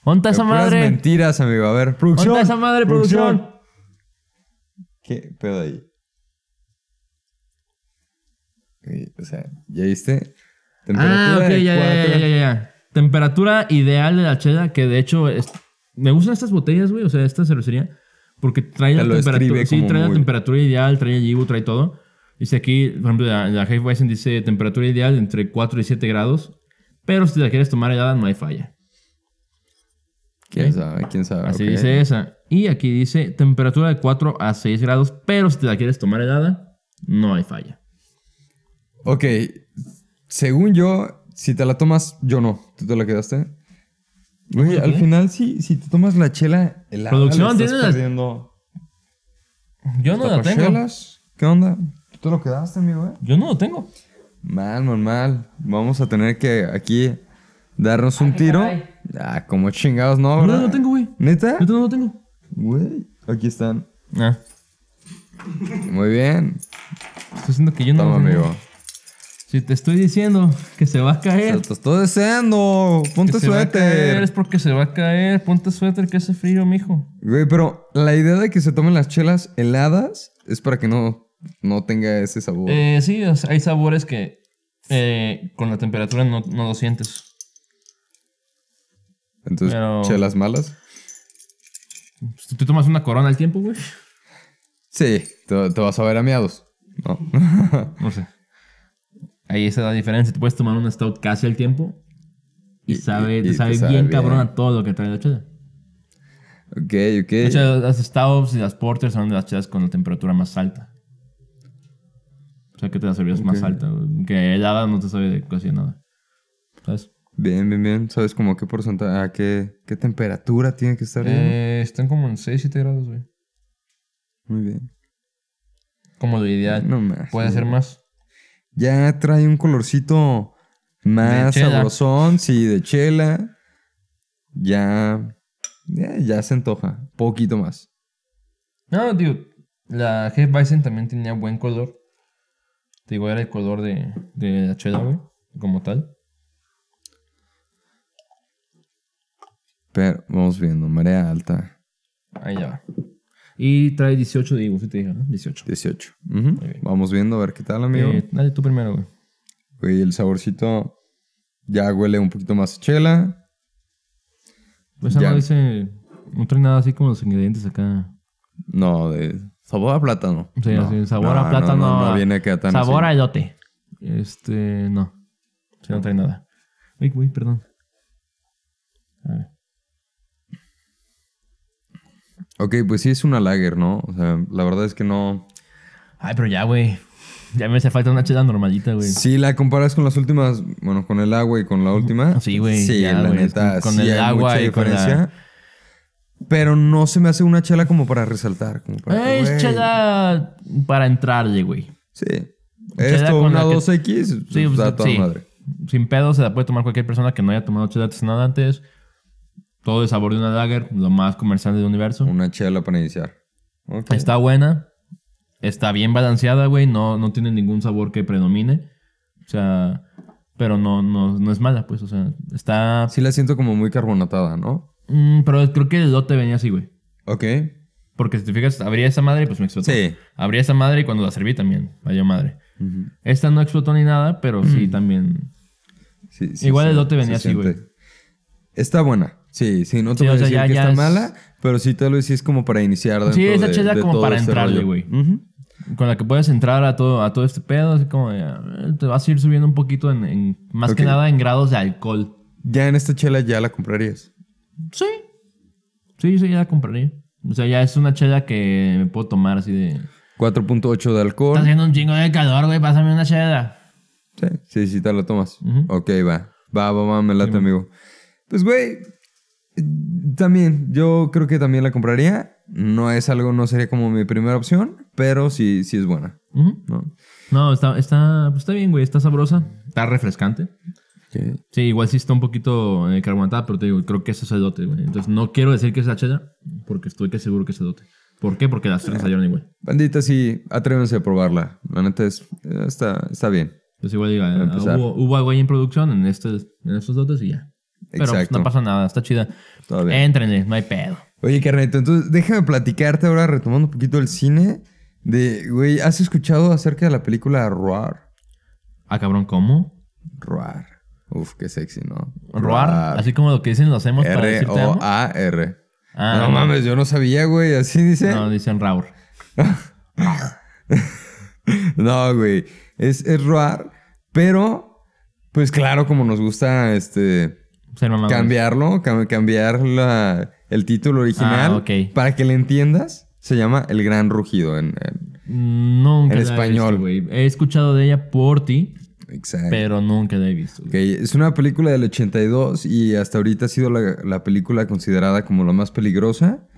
¿Dónde está esa Puras madre? mentiras, amigo. A ver, producción. ¿Dónde está esa madre, producción? ¿Qué pedo ahí? Y, O sea, ¿ya viste? Ah, ok, de ya, ya, ya, cuatro. ya, ya, ya. Temperatura ideal de la chela, que de hecho es- me gustan estas botellas, güey, o sea, esta cervecería, porque trae Te la lo temperatura, describe sí, como trae la muy- temperatura ideal, trae el Yibu, trae todo. Dice aquí, por ejemplo, la, la Hefeweizen dice temperatura ideal entre 4 y 7 grados, pero si te la quieres tomar helada no hay falla. ¿Quién sabe? ¿Quién sabe? Así Ok. dice esa. Y aquí dice temperatura de 4 a 6 grados, pero si te la quieres tomar helada no hay falla. Ok. Según yo, si te la tomas, yo no. ¿Tú te la quedaste? Güey, ¿por al qué? final, si, si te tomas la chela helada, Pues, Producción, le estás tienes las- perdiendo Yo no la tengo. tapachelas. ¿Qué onda? ¿Tú te lo quedaste, amigo? eh? Yo no lo tengo. Mal, mal, mal. Vamos a tener que aquí darnos un tiro. Ah, como chingados, ¿no? No, ¿verdad? no lo tengo, güey. ¿Neta? Yo no lo tengo. Güey, aquí están. Ah. Muy bien. Estoy diciendo que yo no. Toma, lo tengo. amigo. Si te estoy diciendo que se va a Se caer. lo estoy deseando. Eh. que Ponte se va a caer, es suéter. porque se va a caer. Ponte suéter que hace frío, mijo. Güey, pero la idea de que se tomen las chelas heladas es para que no, no tenga ese sabor. Eh, sí, o sea, hay sabores que eh, con la temperatura no, no lo sientes. Entonces, pero- chelas malas. Si tú tomas una corona al tiempo, güey. Sí, te, te vas a ver a miados. No. No sé. Ahí está la diferencia. Te puedes tomar una stout casi al tiempo. Y, Y- sabe, y- te y te sabe sabe bien, bien. cabrón a todo lo que trae la chela. ok, ok. De hecho, las stouts y las porters son de las chelas con la temperatura más alta. O sea, que te las servías más alta. güey. Que helada no te sabe de casi nada. ¿Sabes? Bien, bien, bien. ¿Sabes como qué porcentaje, a qué, qué temperatura tiene que estar? bien? Eh, están como en 6, 7 grados, güey. Muy bien. Como lo ideal. No más. Puede ser más. Ya trae un colorcito más De chela. sabrosón, sí, de chela. Ya, ya, ya se antoja. Poquito más. No, digo, la Hefeweizen también tenía buen color. Te digo, era el color de, de la chela, güey. Como tal. Pero vamos viendo, marea alta, Ahí ya va. Y trae 18 de Ibu, si te dije, ¿no? 18. 18. Ujú. Vamos viendo a ver qué tal, amigo. Eh, dale tú primero, güey. Güey, el saborcito ya huele un poquito más a chela. Pues esa Ya. no dice. No trae nada así como los ingredientes acá. No, de sabor a plátano. Sí, No, así, sabor no, a no, plátano. No, no viene acá tan Sabor así. a elote. Este, no. Sí, no trae nada. Uy, uy, perdón. A ver. Ok, pues sí es una lager, ¿no? O sea, la verdad es que no... Ay, pero ya, güey. Ya me hace falta una chela normalita, güey. Si la comparas con las últimas, bueno, con el agua y con la última. Sí, güey, Sí, ya, la güey, neta, con- sí con el hay agua mucha y con la- diferencia. Pero no se me hace una chela como para resaltar. Como para, Eh, Es güey, chela para entrarle, güey. Sí. Chela Esto, con una la que- 2X, Sí, pues, está toda sí. madre. Sin pedo se la puede tomar cualquier persona que no haya tomado chela artesanal antes. Todo el sabor de una lager, lo más comercial del universo. Una chela para iniciar. Ok. Está buena. Está bien balanceada, güey. No, no tiene ningún sabor que predomine. O sea, pero no, no, no es mala, pues. O sea, está. Sí la siento como muy carbonatada, ¿no? Mm, pero creo que el lote venía así, güey. Ok. Porque si te fijas, abría esa madre y pues me explotó. Sí. Abría esa madre y cuando la serví también. Vaya madre. Esta no explotó ni nada, pero sí también. Sí, sí, Igual sí, el lote se venía así, güey. siente. Está buena. Sí, sí, no te Sí, voy o a sea, decir ya- que ya está es- mala, pero sí tal vez sí es como para iniciar dentro Sí, esa de- chela de como todo para este entrarle, rollo. güey. Ujú. Con la que puedes entrar a todo, a todo este pedo. Así como eh, te vas a ir subiendo un poquito en. en- más que Ok. nada en grados de alcohol. Ya en esta chela ya la comprarías. Sí. Sí, sí, ya la compraría. O sea, ya es una chela que me puedo tomar así de. 4.8 de Está alcohol. haciendo un chingo de calor, güey. Pásame una cheda. Sí, sí, sí, te la tomas. Ujú. Ok, va. Va, va, va, me late, amigo. Pues, güey, eh, también, yo creo que también la compraría. No es algo, no sería como mi primera opción, pero sí, sí es buena, Ujú. ¿no? No, está, está, pues está bien, güey. Está sabrosa. Está refrescante. Sí, igual sí está un poquito eh, carbonatada, pero te digo, creo que es sacerdote, güey. Entonces no quiero decir que es la chela, porque estoy que seguro que es sacerdote. ¿Por qué? Porque las tres salieron igual. Bandita, sí, atrévanse a probarla. La neta es, eh, está, está bien. Entonces igual diga, ah, Para empezar. hubo, hubo algo ahí en producción en, estos en estos dotes y ya. Pero pues, Exacto. no pasa nada, está chida. Todo bien. Éntrenle, no hay pedo. Oye, carnalito, entonces déjame platicarte ahora, retomando un poquito el cine. De, güey, ¿has escuchado acerca de la película Roar? Ah, cabrón, ¿cómo? Roar. Uf, qué sexy, ¿no? Roar, así como lo que dicen lo hacemos para decirte amo. R-O-A-R. Ah, no mames, yo no sabía, güey. Así dice. No, dicen Raur. No, güey. Es, es roar, pero, pues claro, como nos gusta este Ser mamá. cambiarlo, cam- cambiar la- el título original Ah, ok. para que le entiendas, se llama El Gran Rugido en, en- Nunca En la he español. Eh. visto, güey. He escuchado de ella por ti, Exacto. pero nunca la he visto. Ok, güey. Es una película del 82 y hasta ahorita ha sido la, la película considerada como la más peligrosa. Ah,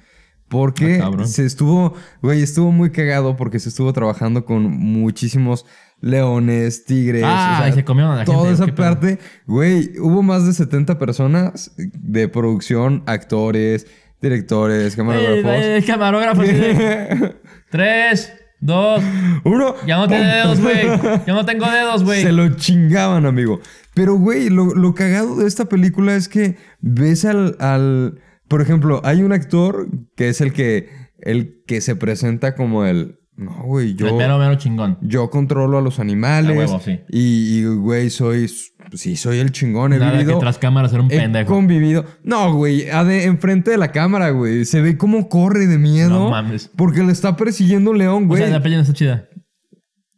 Porque cabrón. se estuvo, güey, estuvo muy cagado porque se estuvo trabajando con muchísimos leones, tigres. Ah, y se comieron a la Toda gente, esa qué pedo. parte, güey, hubo más de 70 personas de producción, actores, directores, El, camarógrafos. el camarógrafo. así de- Tres, dos. Uno. Ya no ¡pum! tiene dedos, güey. Ya no tengo dedos, güey. Se lo chingaban, amigo. Pero, güey, lo, lo cagado de esta película es que ves al, al- Por ejemplo, hay un actor que es el que... El que se presenta como el... No, güey, yo... El mero, mero chingón. Yo controlo a los animales. A huevo, sí. Y, y, güey, soy... Sí, soy el chingón. He Nada vivido... que tras cámaras era un he pendejo. convivido. No, güey. ade- Enfrente de la cámara, güey. Se ve cómo corre de miedo. No mames. Porque le está persiguiendo un león, O güey. sea, la peli no está chida.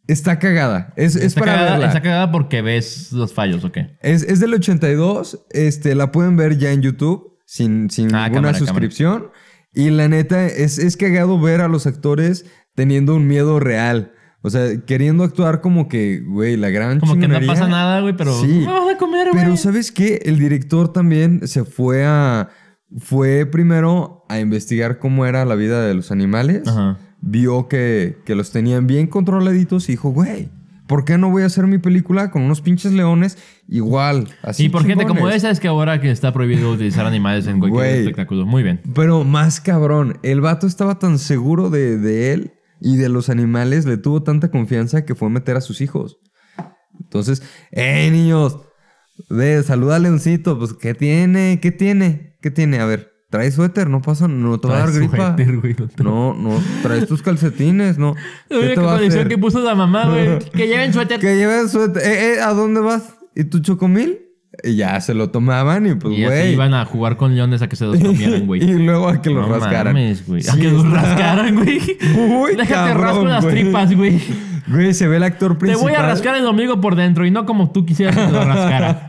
Está cagada. Es, es está para cagada, verla. Está cagada porque ves los fallos, ¿o qué? Es, es del 82. Este, la pueden ver ya en YouTube sin, sin Ah, ninguna cámara, suscripción. Y la neta, es, es cagado ver a los actores teniendo un miedo real. O sea, queriendo actuar como que, güey, la gran Como que no chingonería. pasa nada, güey, pero. Sí. No vamos a comer, güey. Pero ¿sabes qué? El director también se fue a... Fue primero a investigar cómo era la vida de los animales. Ajá. Vio que, que los tenían bien controladitos y dijo, güey, ¿por qué no voy a hacer mi película con unos pinches leones igual? Así Y por gente como chingones?" esa es que ahora que está prohibido utilizar animales en cualquier Güey. espectáculo. Muy bien. Pero más cabrón, el vato estaba tan seguro de, de él y de los animales, le tuvo tanta confianza que fue a meter a sus hijos. Entonces, ¡eh, niños! De, saluda a Leoncito, pues, ¿qué tiene? ¿Qué tiene? ¿Qué tiene? A ver, trae suéter, no pasa, no te va a dar Traes gripa. suéter, güey, no te- No, no, traes tus calcetines, no. ¿Qué La te única va a condición hacer? que puso la mamá, güey. Que lleven suéter. Que lleves suéter. Eh, eh, ¿A dónde vas? ¿Y tu chocomil? Y ya se lo tomaban y pues, Y así güey. iban a jugar con leones a que se los comieran, güey. Y luego a que lo No rascaran. mames, güey. A Sí, que los está- rascaran, güey. Muy Déjate cabrón, rasco las güey. tripas, güey. Güey, se ve el actor Te principal. voy a rascar el ombligo por dentro y no como tú quisieras que te lo rascara.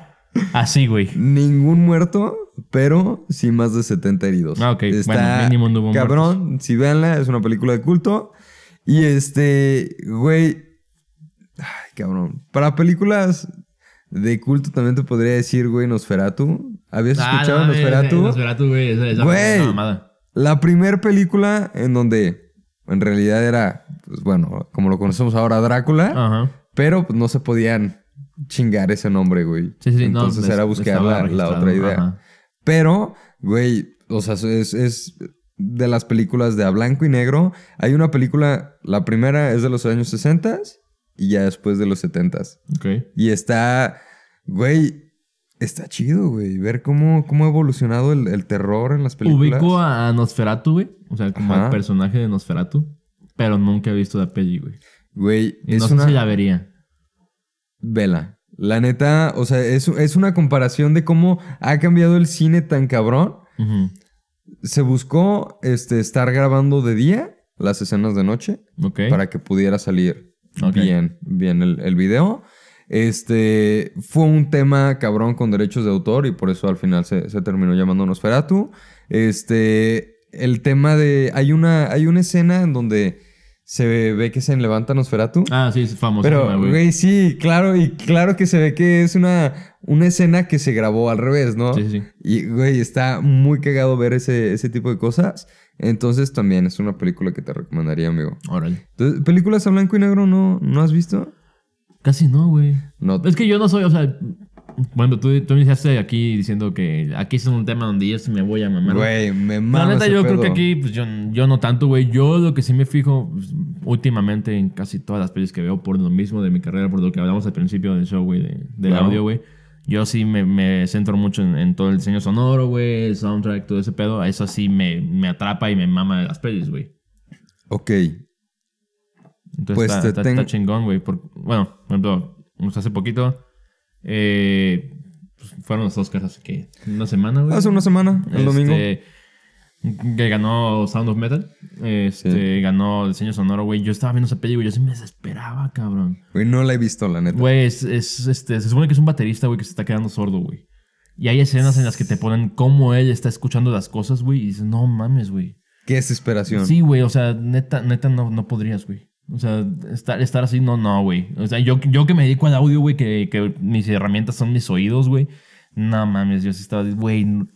Así, güey. Ningún muerto, pero sí más de 70 heridos. Ah, ok. Bueno, mínimo no hubo Cabrón, si véanla, es una película de culto. Y este, güey. Ay, cabrón. Para películas de culto también te podría decir, güey, Nosferatu. ¿Habías escuchado Ah, no, Nosferatu? eh, Nosferatu, güey. Esa, esa Güey. una mamada. La primera película en donde en realidad era, pues bueno, como lo conocemos ahora, Drácula. Ah. Ajá. Pero pues, no se podían chingar ese nombre, güey. Sí, sí, sí, no, Entonces es- era buscar estaba la, la registrado, otra idea. ajá. Pero, güey, o sea, es, es de las películas de a blanco y negro. Hay una película, la primera es de los años 60 y ya después de los 70 Ok. Y está, güey, está chido, güey. Ver cómo, cómo ha evolucionado el, el terror en las películas. Ubico a a Nosferatu, güey. O sea, como Ajá. al personaje de Nosferatu. Pero nunca he visto la peli, güey. Güey, Y es no una... sé si la vería. Vela. La neta, o sea, es, es una comparación de cómo ha cambiado el cine tan cabrón. Ujú. Se buscó este, estar grabando de día las escenas de noche Ok. para que pudiera salir Ok. bien, bien el, el video. Este fue un tema cabrón con derechos de autor y por eso al final se, se terminó llamando Nosferatu. Este, el tema de. Hay una, hay una escena en donde se ve, ve que se levanta Nosferatu. Ah, sí, es famoso. Pero, güey, sí, claro, y claro que se ve que es una, una escena que se grabó al revés, ¿no? Sí, sí, sí. Y, güey, está muy cagado ver ese, ese tipo de cosas. Entonces, también es una película que te recomendaría, amigo. Órale. Entonces, ¿películas a blanco y negro no, no has visto? Casi no, güey. No. Es que yo no soy, o sea. Bueno, tú, tú iniciaste aquí diciendo que aquí es un tema donde yo sí me voy a mamar. Güey, me La mama neta, ese yo creo pedo. que aquí, pues yo, yo no tanto, güey. Yo lo que sí me fijo pues, últimamente en casi todas las pelis que veo por lo mismo de mi carrera, por lo que hablamos al principio del show, güey, de- del Claro. audio, güey. Yo sí me, me centro mucho en, en todo el diseño sonoro, güey, el soundtrack, todo ese pedo. Eso sí me, me atrapa y me mama de las pelis, güey. Ok. Entonces Pues está, te está- tengo- está chingón, güey. por- Bueno, por ejemplo, pues, hace poquito eh, pues, fueron los Oscars hace que una semana, güey. Hace una semana, el domingo. Este, Que ganó Sound of Metal. Este, ganó Diseño Sonoro, güey. Yo estaba viendo esa peli, güey. Yo sí me desesperaba, cabrón. Güey, no la he visto, la neta. Güey, es, es, este, se supone que es un baterista, güey, que se está quedando sordo, güey. Y hay escenas en las que te ponen cómo él está escuchando las cosas, güey. Y dices, no mames, güey. Qué desesperación. Sí, güey. O sea, neta, neta no, no podrías, güey. O sea, estar, estar así, no, no, güey. O sea, yo, yo que me dedico al audio, güey, que, que mis herramientas son mis oídos, güey. No mames, yo sí estaba, güey, no,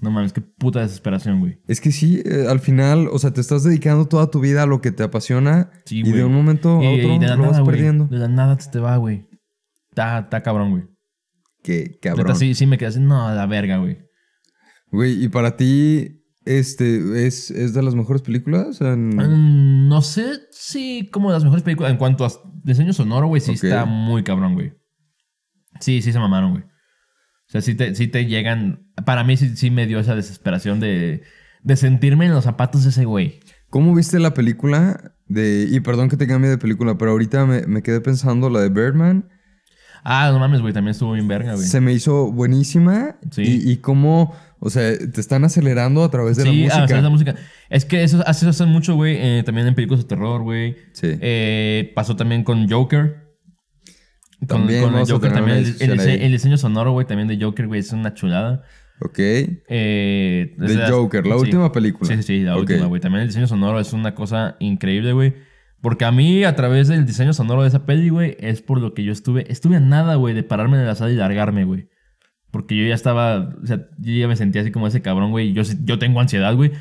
no mames, qué puta desesperación, güey. Es que sí, eh, al final, o sea, te estás dedicando toda tu vida a lo que te apasiona Sí, y güey. de un momento a otro Y- y de la lo vas nada, güey. perdiendo. De la nada se te va, güey. Está, está cabrón, güey. Qué Neta, cabrón. sí, sí me quedé así, no, a la verga, güey. Güey, y para ti, este, ¿es, es de las mejores películas? En- Mm, No sé si como de las mejores películas en cuanto a diseño sonoro, güey, sí Ok. está muy cabrón, güey. Sí, sí se mamaron, güey. O sea, sí te, sí te llegan... Para mí sí, sí me dio esa desesperación de, de sentirme en los zapatos de ese güey. ¿Cómo viste la película de... Y perdón que te cambie de película, pero ahorita me, me quedé pensando la de Birdman. Ah, no mames, güey, también estuvo Ah, bien verga, güey. Se me hizo buenísima. Sí. Y, y cómo, o sea, te están acelerando a través de Sí, la ah, o música. sea, es la música. Es que eso hace eso hacen mucho, güey. eh, también en películas de terror, güey. Sí. Eh, pasó también con Joker. Con, También con el vamos a Joker tener también. una El, el discusión dise- ahí. el diseño sonoro, güey, también de Joker, güey, es una chulada. Ok. Eh, De es las- Joker, la sí. última película. Sí, sí, sí, la Ok. última, güey. También el diseño sonoro es una cosa increíble, güey. Porque a mí, a través del diseño sonoro de esa peli, güey, es por lo que yo estuve. Estuve a nada, güey, de pararme de la sala y largarme, güey. Porque yo ya estaba. O sea, yo ya me sentía así como ese cabrón, güey. Yo, sí- yo tengo ansiedad, güey.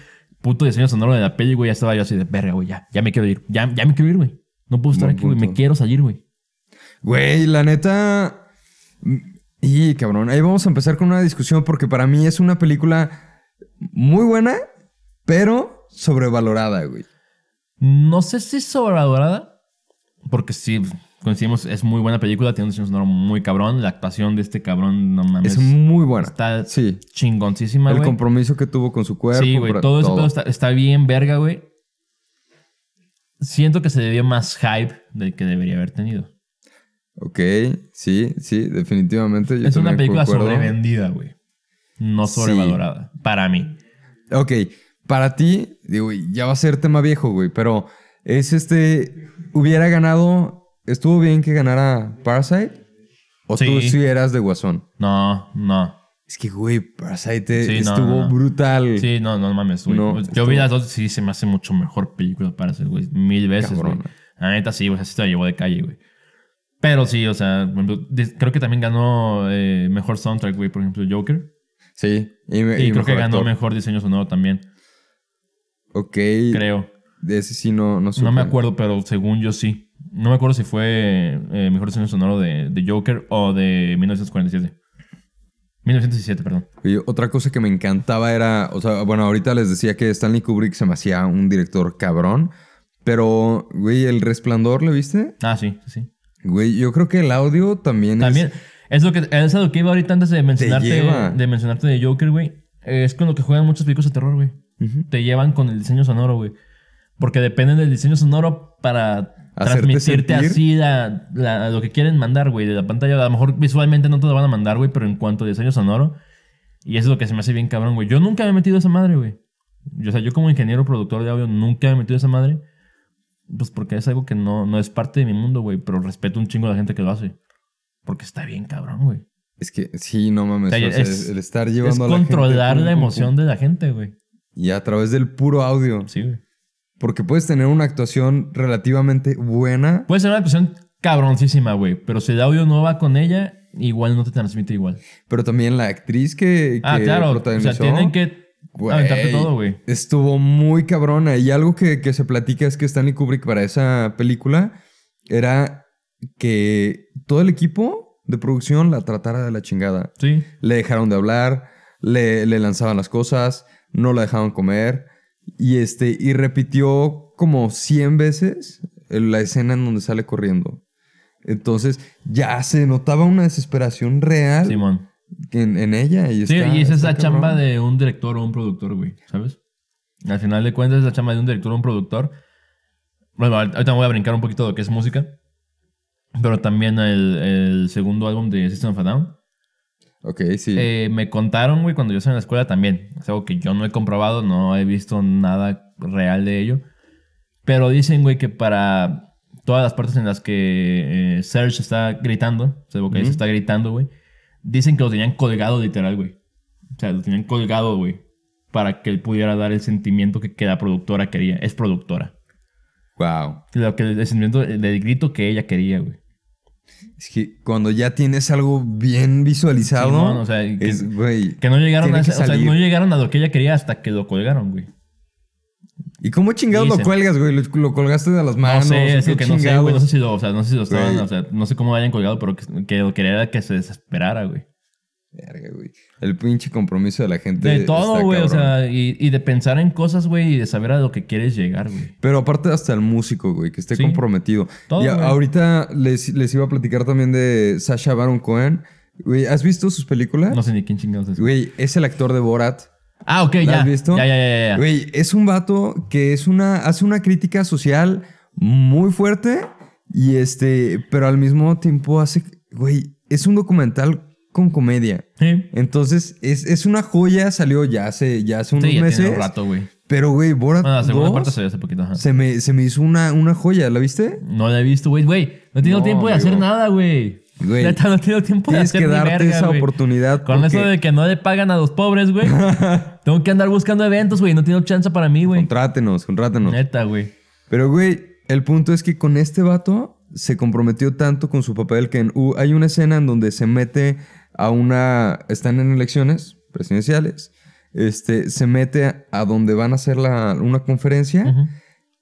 Puto diseño sonoro de la peli, güey. Ya estaba yo así de verga, güey. Ya, ya me quiero ir. Ya, ya me quiero ir, güey. No puedo estar Buen aquí, güey. Me punto. quiero salir, güey. Güey, la neta. mm, Y cabrón, ahí vamos a empezar con una discusión porque para mí es una película muy buena, pero sobrevalorada, güey. No sé si sobrevalorada, porque sí, coincidimos, es muy buena película, tiene un diseño sonoro muy cabrón, la actuación de este cabrón, no mames, Es muy buena. está sí. chingoncísima, El güey. compromiso que tuvo con su cuerpo. Sí, güey, pero- todo ese pedo está, está bien verga, güey. Siento que se debió más hype del que debería haber tenido. Ok, sí, sí, definitivamente. yo es una también película concuerdo. sobrevendida, güey. No Sí. sobrevalorada, para mí. Ok, para ti, digo, y ya va a ser tema viejo, güey, pero es este. Hubiera ganado. ¿Estuvo bien que ganara Parasite? ¿O Sí. tú sí eras de Guasón? No, no. Es que, güey, Parasite Sí, no, estuvo no, no. brutal. Sí, no, no mames, güey. No, Yo estuvo- vi las dos, sí, se me hace mucho mejor película para hacer, güey. Mil veces, Cabrón, güey. La neta, sí, güey, así se la llevó de calle, güey. Pero sí, o sea, por ejemplo, de- creo que también ganó eh, mejor soundtrack, güey, por ejemplo, Joker. Sí. Y, me- Y, y creo que mejor ganó actor. mejor diseño sonoro también, Ok. creo. De ese sí no, no supe. No me acuerdo, pero según yo sí. No me acuerdo si fue eh, mejor diseño sonoro de, de Joker o de 1947. 1917, perdón. Y otra cosa que me encantaba era, o sea, bueno, ahorita les decía que Stanley Kubrick se me hacía un director cabrón, pero, güey, El Resplandor, ¿le viste? Ah, sí, sí, sí. Güey, yo creo que el audio también, También, es... es lo que, es a lo que iba ahorita antes de mencionarte, lleva. de mencionarte de Joker, güey. Es con lo que juegan muchos películas de terror, güey. Ujú. Te llevan con el diseño sonoro, güey. Porque dependen del diseño sonoro para Hacerte transmitirte sentir. así la, la- lo que quieren mandar, güey, de la pantalla. A lo mejor visualmente no te lo van a mandar, güey, pero en cuanto a diseño sonoro. Y eso es lo que se me hace bien cabrón, güey. Yo nunca me he metido a esa madre, güey. Yo, O sea, yo como ingeniero productor de audio nunca me he metido a esa madre. Pues porque es algo que no, no es parte de mi mundo, güey. Pero respeto un chingo a la gente que lo hace. Porque está bien cabrón, güey. Es que sí, no mames, O sea, o sea, es- el estar Es llevando a la gente, controlar pum, la pum, emoción de la gente, güey. pum, Y a través del puro audio. Sí, güey. Porque puedes tener una actuación relativamente buena. Puede ser una actuación cabroncísima, güey, pero si el audio no va con ella, igual no te transmite igual. Pero también la actriz que, Ah, que claro. O sea, protagonizó, tienen que güey, aventarte todo, güey. Estuvo muy cabrona. Y algo que, que se platica es que Stanley Kubrick para esa película era que todo el equipo de producción la tratara de la chingada. Sí. Le dejaron de hablar, le, le lanzaban las cosas, no la dejaban comer. Y, este, y repitió como 100 veces la escena en donde sale corriendo. Entonces ya se notaba una desesperación real Simón. en, en ella. Y Sí, está- y esa es está la cabrón. chamba de un director o un productor, güey, ¿sabes? Al final de cuentas es la chamba de un director o un productor. Bueno, ahor- ahorita me voy a brincar un poquito de lo que es música. Pero también el, el segundo álbum de System of a Down. Ok, sí. Eh, me contaron, güey, cuando yo estaba en la escuela también. Es algo que yo no he comprobado, no he visto nada real de ello. Pero dicen, güey, que para todas las partes en las que eh, Serge está gritando, o sea, el vocalista Ujú. está gritando, güey, dicen que lo tenían colgado literal, güey. O sea, lo tenían colgado, güey, para que él pudiera dar el sentimiento que, que la productora quería. Es productora. Wow. Lo que, el sentimiento del grito que ella quería, güey. Es que cuando ya tienes algo bien visualizado, Simón, o sea, que- es, güey. Que no llegaron, Tiene a, que ese- o sea, salir. no llegaron a lo que ella quería hasta que lo colgaron, güey. ¿Y cómo chingados lo Dicen. cuelgas, güey? ¿Lo, lo colgaste de las No manos? sé, es ¿Qué lo que no sé, güey. No chingados? sé si lo, o sea, no sé si lo estaban, Güey. o sea, no sé cómo lo hayan colgado, pero que, que lo quería era que se desesperara, güey. Verga, güey. El pinche compromiso de la gente. De está todo, güey, o cabrón. sea, y, y de pensar en cosas, güey, y de saber a lo que quieres llegar, güey. Pero aparte hasta el músico, güey, que esté Sí. comprometido. Todo, y a- güey. ahorita les, les iba a platicar también de Sasha Baron Cohen. Güey, ¿has visto sus películas? No sé ni quién chingados es. Güey, es el actor de Borat. Ah, ok, ya. has visto? Ya, ya, ya, ya. Güey, es un vato que es una, hace una crítica social muy fuerte y este, pero al mismo tiempo hace, güey, es un documental con comedia. Sí, Entonces, es, es una joya, salió ya hace, ya hace unos sí ya meses. tiene un rato, güey. Pero, güey, Borat Bueno, la segunda 2 parte salió hace poquito, ajá. se, me, se me hizo una, una joya, ¿la viste? No la he visto, güey. Güey, no he tenido No, tiempo de hacer amigo. nada, güey. Güey, Neta, no he tenido tiempo de Tienes hacer que ni darte verga, esa güey. oportunidad. Con eso porque- de que no le pagan a los pobres, güey. tengo que andar buscando eventos, güey. No tengo chance para mí, güey. Contrátenos, contrátenos. Neta, güey. Pero, güey, el punto es que con este vato se comprometió tanto con su papel que en U hay una escena en donde se mete a una. Están en elecciones presidenciales. Este, se mete a, a donde van a hacer la, una conferencia. Ujú.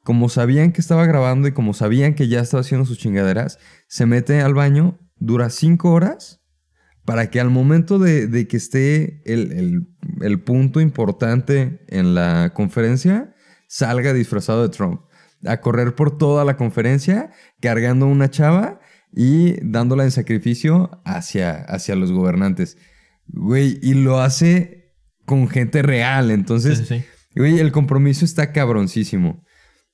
Como sabían que estaba grabando y como sabían que ya estaba haciendo sus chingaderas, se mete al baño, dura cinco horas, para que al momento de, de que esté el, el- el punto importante en la conferencia, salga disfrazado de Trump. A correr por toda la conferencia, cargando una chava y dándola en sacrificio hacia, hacia los gobernantes. Güey, y lo hace con gente real. Sí, Entonces, sí, sí. Güey, el compromiso está cabroncísimo.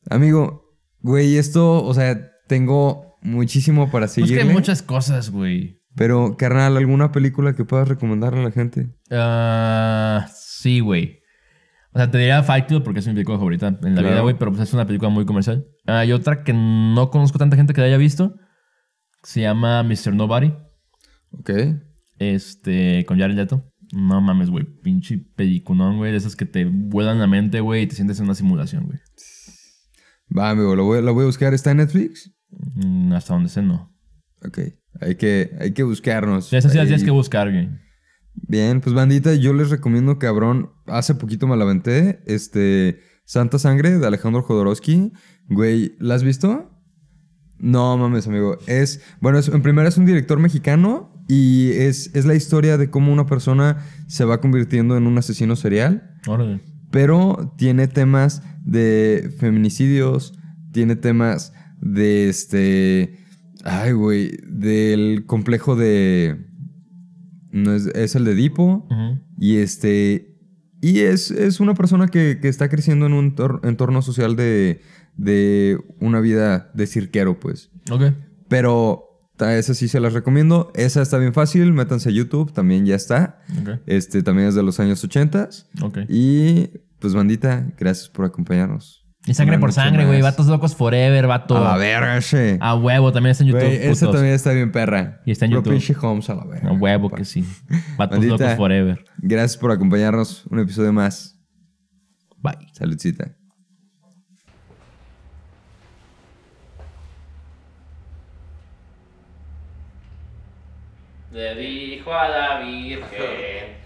Amigo, güey, esto, o sea, tengo muchísimo para Pues que seguirle. hay muchas cosas, güey. Pero, carnal, ¿alguna película que puedas recomendarle a la gente? Ah, sí, güey. O sea, te diría Fight Club porque es mi película favorita en la Claro. vida, güey, pero pues es una película muy comercial. Hay otra que no conozco tanta gente que la haya visto. Se llama Mr. Nobody. Ok. Este, con Jared Leto. No mames, güey. Pinche peliculón, güey. De esas que te vuelan la mente, güey, y te sientes en una simulación, güey. Va, amigo, lo voy, la voy a buscar. ¿Está en Netflix? Mm, Hasta donde sé, no. Ok. Hay que, hay que buscarnos. Sí, esas sí las Ahí. tienes que buscar, güey. Bien, pues bandita, yo les recomiendo, cabrón, hace poquito me la aventé, este, Santa Sangre de Alejandro Jodorowsky. Güey, ¿la has visto? No mames, amigo. Es, bueno, es- en primera es un director mexicano y es, es la historia de cómo una persona se va convirtiendo en un asesino serial, Órale. pero tiene temas de feminicidios, tiene temas de este, ay, güey, del complejo de... No es, es el de Edipo. Ujú. Y este. Y es, es una persona que, que está creciendo en un tor- entorno social de, de una vida de cirquero, pues. Ok. Pero ta- esa sí se las recomiendo. Esa está bien fácil. Métanse a YouTube, también ya está. Ok. Este también es de los años 80. Ok. Y pues, bandita, gracias por acompañarnos. Y sangre Una por noche sangre, güey. más. Vatos locos forever, vato. A la verga, che. A huevo, también está en YouTube. Güey, esa putos. también está bien perra. Y está en Pro YouTube. pinche Holmes, a la verga. A huevo que sí. Vatos Maldita. locos forever. Gracias por acompañarnos. Un episodio más. Bye. Saludcita. Le dijo a la Virgen.